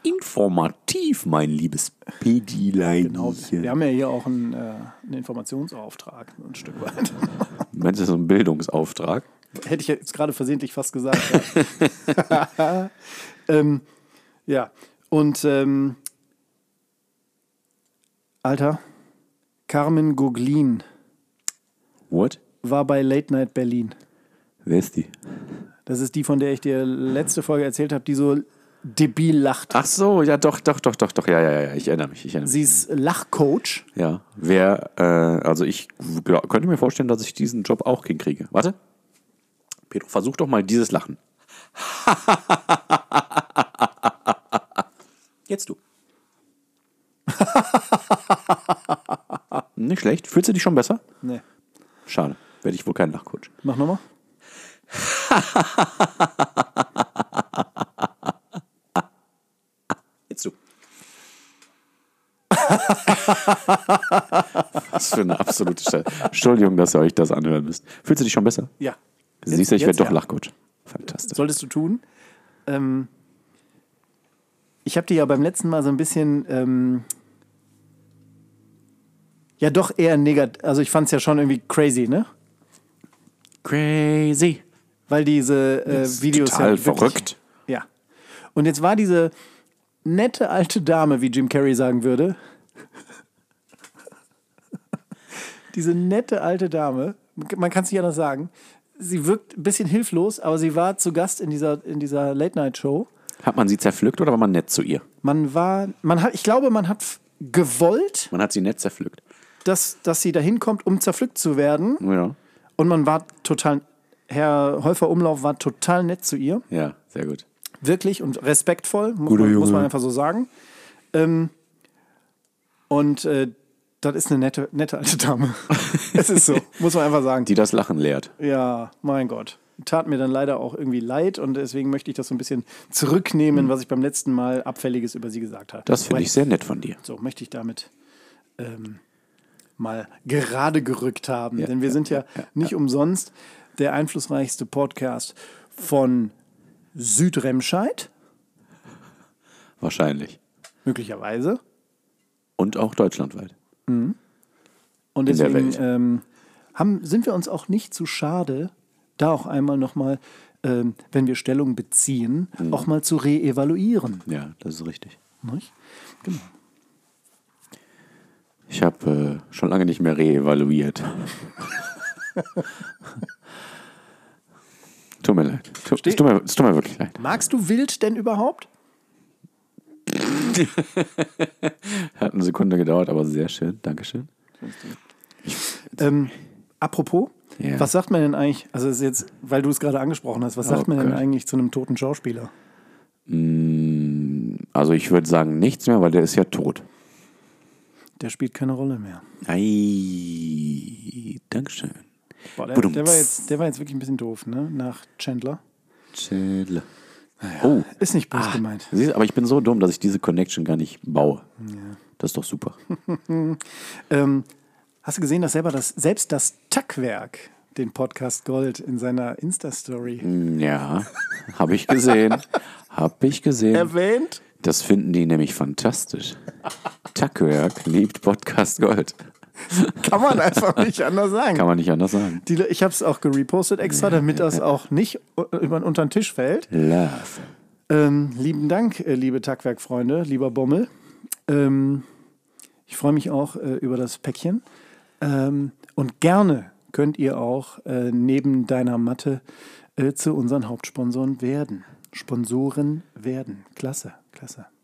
B: informativ, mein liebes Pedilein.
A: Genau. Wir haben ja hier auch einen, äh, einen Informationsauftrag, ein Stück weit.
B: Meinst du, so ein Bildungsauftrag?
A: Hätte ich jetzt gerade versehentlich fast gesagt. Ja. ähm, ja. Und ähm, Alter, Carmen Goglin
B: What?
A: war bei Late Night Berlin.
B: Wer ist die?
A: Das ist die, von der ich dir letzte Folge erzählt habe, die so debil lacht.
B: Ach so, ja, doch, doch, doch, doch, doch. Ja, ja, ja, ich erinnere mich. Ich erinnere mich.
A: Sie ist Lachcoach.
B: Ja, wer, äh, also ich glaub, könnte mir vorstellen, dass ich diesen Job auch hinkriege. Warte. Pedro, versuch doch mal dieses Lachen. Jetzt du. Nicht schlecht. Fühlst du dich schon besser?
A: Nee.
B: Schade. Werde ich wohl kein Lachcoach.
A: Mach nochmal.
B: Jetzt du. Was für eine absolute Stelle. Entschuldigung, dass ihr euch das anhören müsst. Fühlst du dich schon besser?
A: Ja.
B: Siehst du, ich werde
A: jetzt
B: doch
A: ja.
B: Lachcoach. Fantastisch.
A: solltest du tun. Ähm, ich habe dir ja beim letzten Mal so ein bisschen, ähm, ja doch eher negativ, also ich fand es ja schon irgendwie crazy, ne?
B: Crazy.
A: Weil diese äh, Videos
B: total
A: ja wirklich-
B: verrückt.
A: Ja. Und jetzt war diese nette alte Dame, wie Jim Carrey sagen würde, diese nette alte Dame, man kann es nicht anders sagen, sie wirkt ein bisschen hilflos, aber sie war zu Gast in dieser, in dieser Late-Night-Show.
B: Hat man sie zerpflückt oder war man nett zu ihr?
A: Man war, man hat, ich glaube, man hat f- gewollt,
B: Man hat sie nett zerpflückt.
A: dass, dass sie da hinkommt, um zerpflückt zu werden.
B: Ja.
A: Und man war total, Herr Häufer Umlauf war total nett zu ihr.
B: Ja, sehr gut.
A: Wirklich und respektvoll, muss, man,
B: Junge.
A: muss man einfach so sagen. Ähm, und äh, das ist eine nette, nette alte Dame. es ist so, muss man einfach sagen.
B: Die das Lachen lehrt.
A: Ja, mein Gott. Tat mir dann leider auch irgendwie leid und deswegen möchte ich das so ein bisschen zurücknehmen, was ich beim letzten Mal Abfälliges über sie gesagt habe.
B: Das finde
A: Wobei-
B: ich sehr nett von dir.
A: So möchte ich damit ähm, mal gerade gerückt haben. Denn wir sind ja, nicht umsonst der einflussreichste Podcast von Südremscheid,
B: Wahrscheinlich.
A: möglicherweise.
B: Und auch deutschlandweit.
A: Und
B: In der
A: deswegen
B: Welt.
A: ähm, haben, sind wir uns auch nicht zu schade, da auch einmal nochmal, ähm, wenn wir Stellung beziehen,
B: Mhm.
A: auch mal zu reevaluieren.
B: Ja, das ist richtig.
A: Nicht? Genau.
B: Ich habe äh, schon lange nicht mehr reevaluiert. tut mir leid. Tu- Es tut, mir- es tut mir wirklich leid.
A: Magst du wild denn überhaupt?
B: Hat eine Sekunde gedauert, aber sehr schön. Dankeschön.
A: Ähm, apropos,
B: Ja.
A: was sagt man denn eigentlich, also es ist jetzt, weil du es gerade angesprochen hast, was sagt
B: Oh
A: man denn
B: Gott.
A: eigentlich zu einem toten Schauspieler?
B: Also ich würde sagen nichts mehr, weil der ist ja tot.
A: Der spielt keine Rolle mehr.
B: Ei, Dankeschön.
A: Boah, der, der, war jetzt, der war jetzt wirklich ein bisschen doof, ne? Nach Chandler.
B: Chandler. Oh,
A: Ist nicht böse gemeint.
B: siehst, du, aber ich bin so dumm, dass ich diese Connection gar nicht baue. Das ist doch super.
A: Ähm, hast du gesehen, dass selber das, selbst das Tackwerk den Podcast Gold in seiner Insta-Story
B: Mhm. Ja, habe ich gesehen. Habe ich gesehen.
A: erwähnt?
B: Das finden die nämlich fantastisch. Tackwerk liebt Podcast Gold.
A: Kann man einfach nicht anders sagen.
B: Kann man nicht anders sagen.
A: Die, ich habe es auch gerepostet extra, damit das auch nicht äh, über, unter den Tisch fällt.
B: Love.
A: Ähm, lieben Dank, äh, liebe Tagwerkfreunde, lieber Bommel. Ähm, ich freue mich auch äh, über das Päckchen. Ähm, und gerne könnt ihr auch äh, neben deiner Matte äh, zu unseren Hauptsponsoren werden. Sponsoren werden. Klasse, klasse.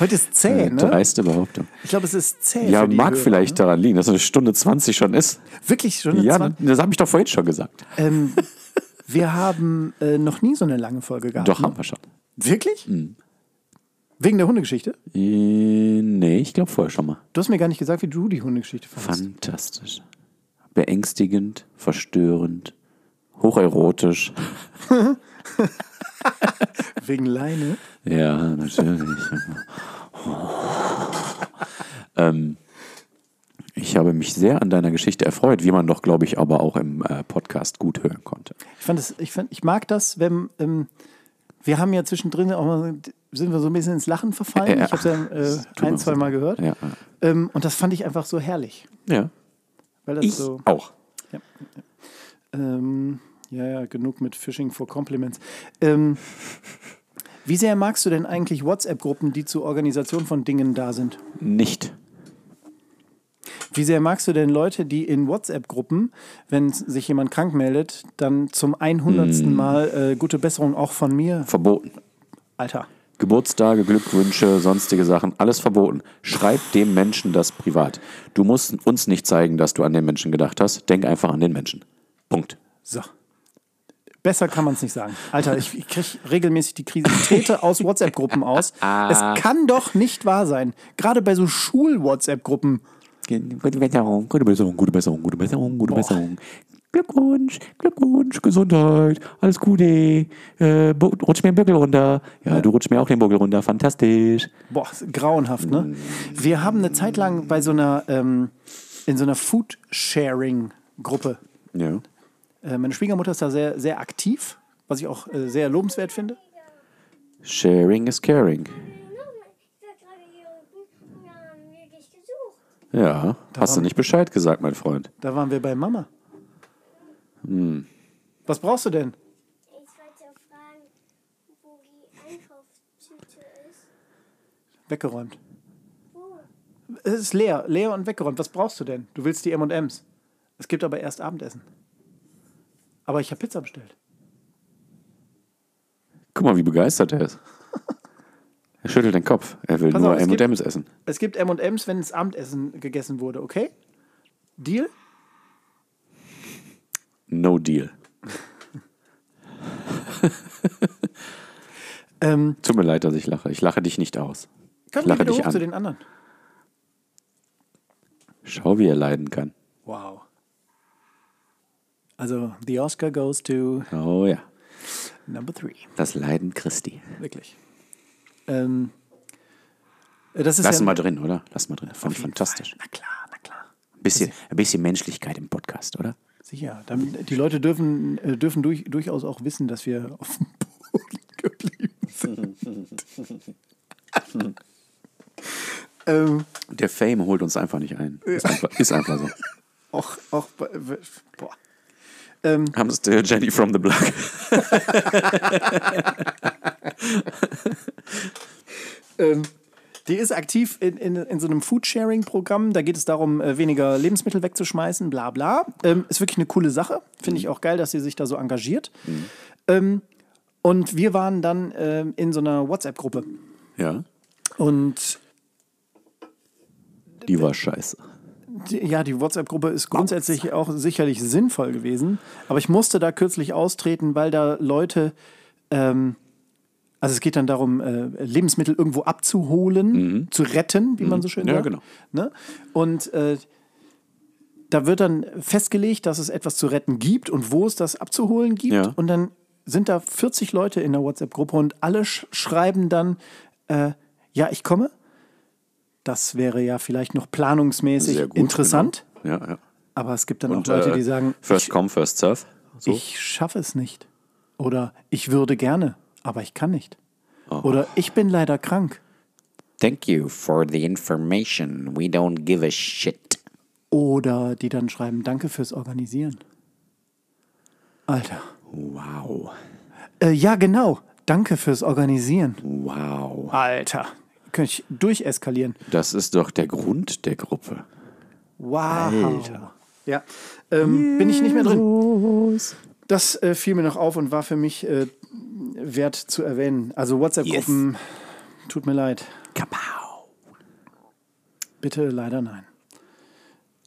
A: Heute ist zäh, ne?
B: Dreiste Behauptung.
A: Ich glaube, es ist zäh.
B: Ja,
A: für die
B: mag
A: Hörer,
B: vielleicht
A: Ne?
B: daran liegen, dass es eine Stunde 20 schon ist.
A: Wirklich schon eine
B: Ja, ne?
A: Zwan-
B: das habe ich doch vorhin schon gesagt.
A: Ähm, wir haben äh, noch nie so eine lange Folge gehabt.
B: Doch,
A: ne?
B: haben wir schon.
A: Wirklich?
B: Mhm.
A: Wegen der Hundegeschichte?
B: Äh, Nee, ich glaube vorher schon mal.
A: Du hast mir gar nicht gesagt, wie du die Hundegeschichte fandest.
B: Fantastisch. Beängstigend, verstörend, hocherotisch.
A: Wegen Leine.
B: Ja, natürlich. ähm, ich habe mich sehr an deiner Geschichte erfreut, wie man doch, glaube ich, aber auch im äh, Podcast gut hören konnte.
A: Ich, fand das, ich, fand, ich mag das, wenn ähm, wir haben ja zwischendrin auch mal, sind wir so ein bisschen ins Lachen verfallen.
B: Ja.
A: Ich habe es
B: Tut
A: ja äh,
B: mir
A: ein,
B: auch
A: zwei
B: so.
A: Mal gehört.
B: Ja, äh,
A: Ähm, und das fand ich einfach so herrlich.
B: ja.
A: Weil das so,
B: auch.
A: ähm, ja, ja, genug mit Phishing for Compliments. Ähm, wie sehr magst du denn eigentlich WhatsApp-Gruppen, die zur Organisation von Dingen da sind?
B: Nicht.
A: Wie sehr magst du denn Leute, die in WhatsApp-Gruppen, wenn sich jemand krank meldet, dann zum 100. Mal äh, gute Besserung auch von mir?
B: Verboten.
A: Alter.
B: Geburtstage, Glückwünsche, sonstige Sachen, alles verboten. Schreib dem Menschen das privat. Du musst uns nicht zeigen, dass du an den Menschen gedacht hast. Denk einfach an den Menschen. Punkt.
A: So. Besser kann man es nicht sagen. Alter, ich, ich kriege regelmäßig die Krise. Ich trete aus WhatsApp-Gruppen aus. Es kann doch nicht wahr sein. Gerade bei so Schul-WhatsApp-Gruppen.
C: Gute Wetterung,
B: Gute Besserung, gute Besserung, gute Besserung, gute Besserung. Glückwunsch, Glückwunsch, Gesundheit, alles Gute. Äh, bu- rutsch mir den Buckel runter. Ja, du rutschst mir auch den Buckel runter. Fantastisch.
A: Boah, ist grauenhaft, ne? Wir haben eine Zeit lang bei so einer, ähm, in so einer Food-Sharing-Gruppe
B: Ja.
A: Äh, Meine Schwiegermutter ist da sehr, sehr aktiv, was ich auch äh, sehr lobenswert finde.
B: Sharing is caring.
E: Ich war gerade hier unten und da haben wir dich gesucht.
B: Ja, hast du nicht Bescheid gesagt, mein Freund.
A: Da waren wir bei Mama.
B: Hm.
A: Was brauchst du denn?
E: Ich wollte fragen, wo die Einkaufstüte ist.
A: Weggeräumt.
E: Wo?
A: Es ist leer, leer und weggeräumt. Was brauchst du denn? Du willst die M&Ms. Es gibt aber erst Abendessen. Aber ich habe Pizza bestellt.
B: Guck mal, wie begeistert er ist. Er schüttelt den Kopf. Er will
A: Pass
B: nur
A: auf, es gibt-
B: M&M's essen.
A: Es gibt M&Ms, wenn das Abendessen gegessen wurde, okay? Deal?
B: No deal.
A: Ähm,
B: Tut mir leid, dass ich lache. Ich lache dich nicht aus.
A: können
B: Lache
A: wir wieder
B: dich
A: hoch
B: an.
A: zu den anderen?
B: Schau, wie er leiden kann.
A: Wow. Also, the Oscar goes to
B: Oh ja.
A: number three.
B: Das Leiden Christi.
A: Wirklich. Ähm, äh, das ist
B: Lass
A: ja,
B: mal drin, oder? Lass mal drin. Fand ich fantastisch.
A: Na klar, na klar.
B: Ein bisschen,
A: Also
B: ein bisschen Menschlichkeit im Podcast, oder?
A: Sicher. Dann, die Leute dürfen, äh, dürfen durch, durchaus auch wissen, dass wir auf dem Boden geblieben sind. ähm,
B: Der Fame holt uns einfach nicht ein. Ist, einfach, ist einfach so.
A: auch, auch, bei- boah. Ähm,
B: I'm still äh, Jenny from the Block.
A: Ähm, die ist aktiv in, in, in so einem Foodsharing-Programm. Da geht es darum, äh, weniger Lebensmittel wegzuschmeißen, bla bla. Ähm, ist wirklich eine coole Sache. Finde ich auch geil, dass sie sich da so engagiert. Ähm, und wir waren dann ähm, in so einer WhatsApp-Gruppe.
B: Ja.
A: Und
B: Die war scheiße.
A: die, ja, die WhatsApp-Gruppe ist grundsätzlich auch sicherlich sinnvoll gewesen. Aber ich musste da kürzlich austreten, weil da Leute. Ähm, also es geht dann darum, äh, Lebensmittel irgendwo abzuholen, zu retten, wie man so schön
B: Mhm. Ja,
A: sagt.
B: genau.
A: Ne? Und äh, da wird dann festgelegt, dass es etwas zu retten gibt und wo es das abzuholen gibt.
B: Ja.
A: Und dann sind da 40 Leute in der WhatsApp-Gruppe und alle sch schreiben dann, äh, ja, ich komme. Das wäre ja vielleicht noch planungsmäßig interessant.
B: Genau. Ja, ja.
A: Aber es gibt dann
B: Und,
A: auch Leute,
B: äh,
A: die sagen,
B: First come, first serve. So.
A: ich schaffe es nicht. Oder ich würde gerne, aber ich kann nicht. Oder ich bin leider krank.
C: Thank you for the information. We don't give a shit.
A: Oder die dann schreiben, danke fürs Organisieren. Alter.
C: Wow.
A: Äh, ja, genau. Danke fürs Organisieren.
B: Uh.
C: Wow.
A: Alter. Könnte ich durcheskalieren.
B: Das ist doch der Grund der Gruppe.
A: Wow. Alter. Ja. Ähm, bin ich nicht mehr drin. Das äh, fiel mir noch auf und war für mich äh, wert zu erwähnen. Also WhatsApp-Gruppen, tut mir leid.
C: Kapow.
A: Bitte leider nein.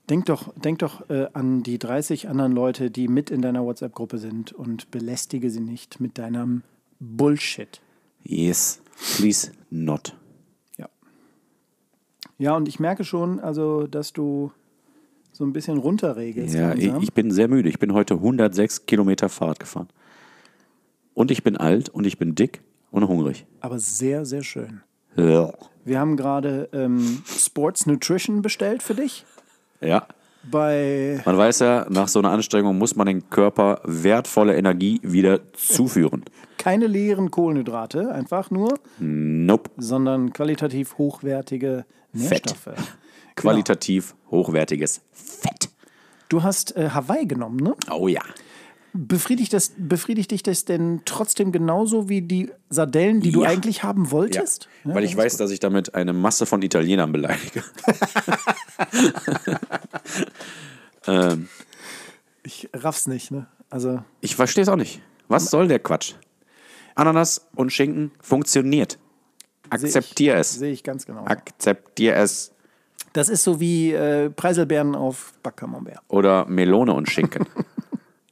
A: Denk doch, denk doch äh, an die 30 anderen Leute, die mit in deiner WhatsApp-Gruppe sind und belästige sie nicht mit deinem Bullshit.
B: Yes. Please not.
A: Ja. Ja, und ich merke schon, also, dass du so ein bisschen runterregelst.
B: Ja, ich,
A: langsam.
B: ich bin sehr müde. Ich bin heute 106 Kilometer Fahrt gefahren. Und ich bin alt und ich bin dick und hungrig.
A: aber sehr, sehr schön.
B: Ja.
A: Wir haben gerade ähm, Sports Nutrition bestellt für dich.
B: Ja.
A: Bei
B: Man weiß ja, nach so einer Anstrengung muss man den Körper wertvolle Energie wieder zuführen.
A: keine leeren Kohlenhydrate, einfach nur,
B: Nope.
A: sondern qualitativ hochwertige Nährstoffe.
B: Qualitativ hochwertiges Fett.
A: Du hast äh, Hawaii genommen, ne?
B: Oh ja.
A: Befriedigt, das, befriedigt dich das denn trotzdem genauso wie die Sardellen, die du
B: Ja.
A: eigentlich haben wolltest? Ja,
B: Weil ich
A: das
B: weiß, dass ich damit eine Masse von Italienern beleidige. Ähm,
A: Ich raff's nicht, ne? Also,
B: Ich verstehe es auch nicht. Was soll der Quatsch? Ananas und Schinken funktioniert. Akzeptier es.
A: sehe ich ganz genau.
B: Akzeptier es.
A: Das ist so wie äh, Preiselbeeren auf Backcamembert.
B: Oder Melone und Schinken.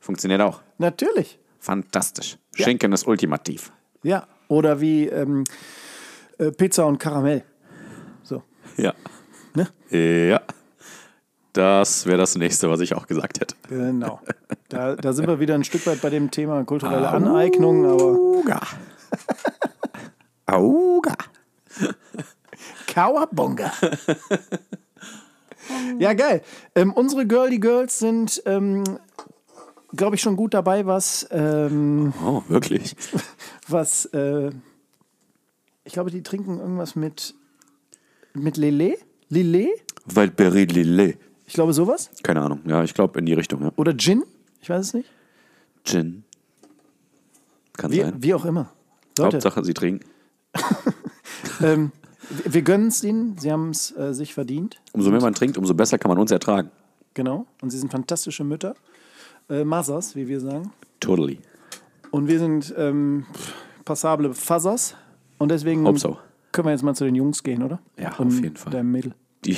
B: funktioniert auch.
A: Natürlich.
B: Fantastisch. Schinken ist ultimativ.
A: Ja. Oder wie ähm, äh, Pizza und Karamell. So.
B: Ja.
A: Ne?
B: Ja. Das wäre das nächste, was ich auch gesagt hätte.
A: Genau. Da, da sind wir wieder ein Stück weit bei dem Thema kulturelle Aneignung, aber.
B: Auga. Auga.
A: Kawabonga. ja, geil. Ähm, unsere Girly Girls sind, ähm, glaube ich, schon gut dabei, was. Ähm,
B: Oh, wirklich?
A: was äh, ich glaube, die trinken irgendwas mit. Mit Lele? Lillet?
B: Waldberry Lillet.
A: Ich glaube, sowas.
B: Keine Ahnung. Ja, ich glaube in die Richtung. Ja.
A: Oder Gin? Ich weiß es nicht.
B: Gin. Kann
A: Wie,
B: sein.
A: wie auch immer. Leute,
B: Hauptsache, sie trinken.
A: ähm, wir wir gönnen es ihnen. Sie haben es äh, sich verdient.
B: Umso mehr man trinkt, umso besser kann man uns ertragen.
A: Genau. Und sie sind fantastische Mütter. Äh, Mothers, wie wir sagen.
B: Totally.
A: Und wir sind ähm, pff, passable Fassers. Und deswegen
B: Hope so.
A: können wir jetzt mal zu den Jungs gehen, oder?
B: Ja, auf
A: Und
B: jeden Fall.
A: Deinem Mädel.
B: Die,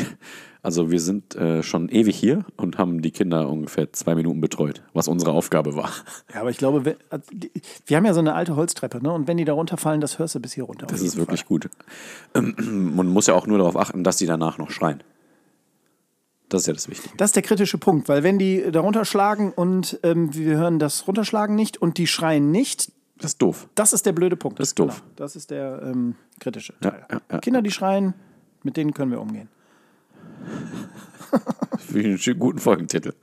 B: also wir sind äh, schon ewig hier und haben die Kinder ungefähr zwei Minuten betreut, was unsere Aufgabe war.
A: Ja, aber ich glaube, wir, also die- wir haben ja so eine alte Holztreppe, ne? Und wenn die da runterfallen, das hörst du bis hier runter.
B: Das ist wirklich gut. Ähm, Man muss ja auch nur darauf achten, dass die danach noch schreien. Das ist ja das Wichtige.
A: Das ist der kritische Punkt, weil wenn die da runterschlagen und ähm, wir hören das Runterschlagen nicht und die schreien nicht,
B: Das ist doof.
A: Das ist der blöde Punkt.
B: Das ist doof.
A: Genau. Das ist der ähm, kritische Teil.
B: ja, ja.
A: Kinder, die schreien, mit denen können wir umgehen.
B: Finde ich einen schönen, guten Folgentitel.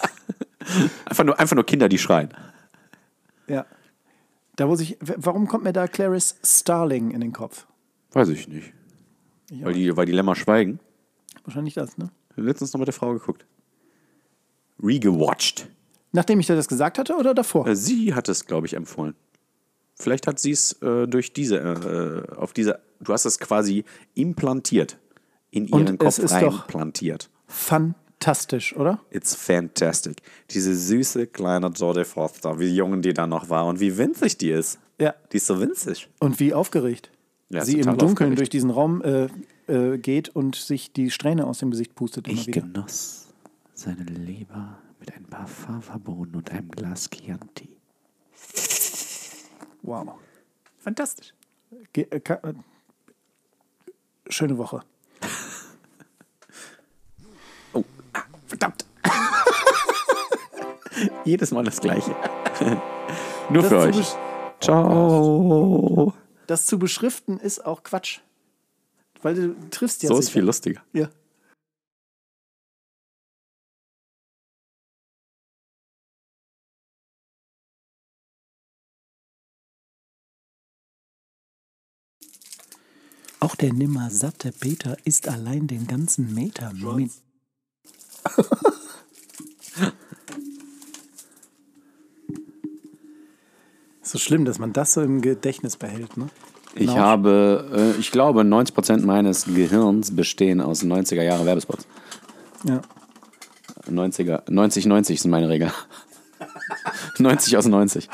B: einfach, nur, einfach nur Kinder, die schreien.
A: Ja. Da muss ich. w- Warum kommt mir da Clarice Starling in den Kopf?
B: Weiß ich nicht. Weil die, weil die Lämmer schweigen.
A: Wahrscheinlich das, ne?
B: Ich hab Letztens noch mit der Frau geguckt. Regewatcht.
A: Nachdem ich dir das gesagt hatte oder davor?
B: Äh, Sie hat es, glaube ich, empfohlen. Vielleicht hat sie es äh, durch diese, äh, auf diese, du hast es quasi implantiert. In
A: Und
B: ihren
A: es
B: Kopf
A: ist doch-
B: reinplantiert.
A: Fantastisch, oder?
B: It's fantastic. Diese süße kleine Jodie Foster, wie jung die da noch war und wie winzig die ist.
A: Ja.
B: Die ist so winzig.
A: Und wie aufgeregt.
B: Ja,
A: sie im
B: total
A: Dunkeln
B: aufgeregt.
A: durch diesen Raum äh, äh, geht und sich die Strähne aus dem Gesicht pustet immer
C: Ich
A: wieder.
C: genoss seine Leber mit ein paar Fava-Bohnen und einem Glas Chianti.
A: Wow.
B: Fantastisch.
A: Ge äh, ka- äh, schöne Woche.
B: Oh, ah, verdammt. Jedes Mal das Gleiche. Nur für
A: zu
B: euch.
A: besch-
B: Ciao.
A: Das zu beschriften ist auch Quatsch. Weil du triffst ja
B: So ist
A: sicher.
B: viel lustiger.
A: Ja. Auch der nimmer satte Peter isst allein den ganzen Meter. Min- so schlimm, dass man das so im Gedächtnis behält, ne?
B: Ich
A: Lausch.
B: habe, äh, ich glaube, 90% meines Gehirns bestehen aus 90er Jahre Werbespots.
A: Ja.
B: 90er, 90, 90 sind meine Regel. 90 aus 90.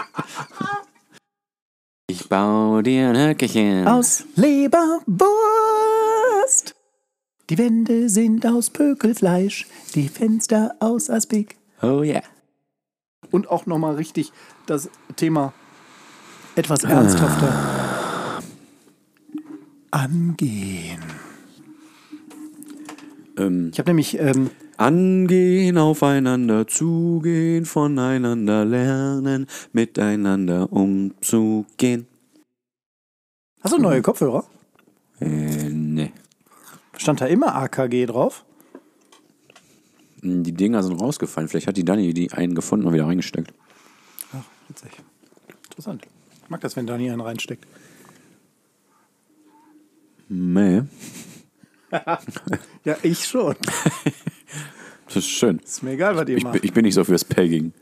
B: Ich baue dir ein Höckerchen.
A: Aus Leberwurst. Die Wände sind aus Pökelfleisch, die Fenster aus Aspik.
B: Oh yeah.
A: Und auch nochmal richtig das Thema etwas ernsthafter angehen.
B: Ähm,
A: Ich habe nämlich, ähm,
B: Angehen, aufeinander zugehen, voneinander lernen, miteinander umzugehen.
A: hast du neue Kopfhörer?
B: Äh, nee.
A: Stand da immer AKG drauf?
B: Hm, Die Dinger sind rausgefallen. Vielleicht hat die Dani die einen gefunden und wieder reingesteckt.
A: Ach, witzig. Interessant. Ich mag das, wenn Dani einen reinsteckt.
B: Nee.
A: Ja, ich schon.
B: Das ist schön.
A: Ist mir egal, was ihr
B: Ich, bin-
A: macht.
B: ich bin nicht so fürs Pegging.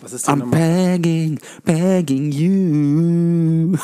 A: Was ist denn nochmal?
B: begging, begging you.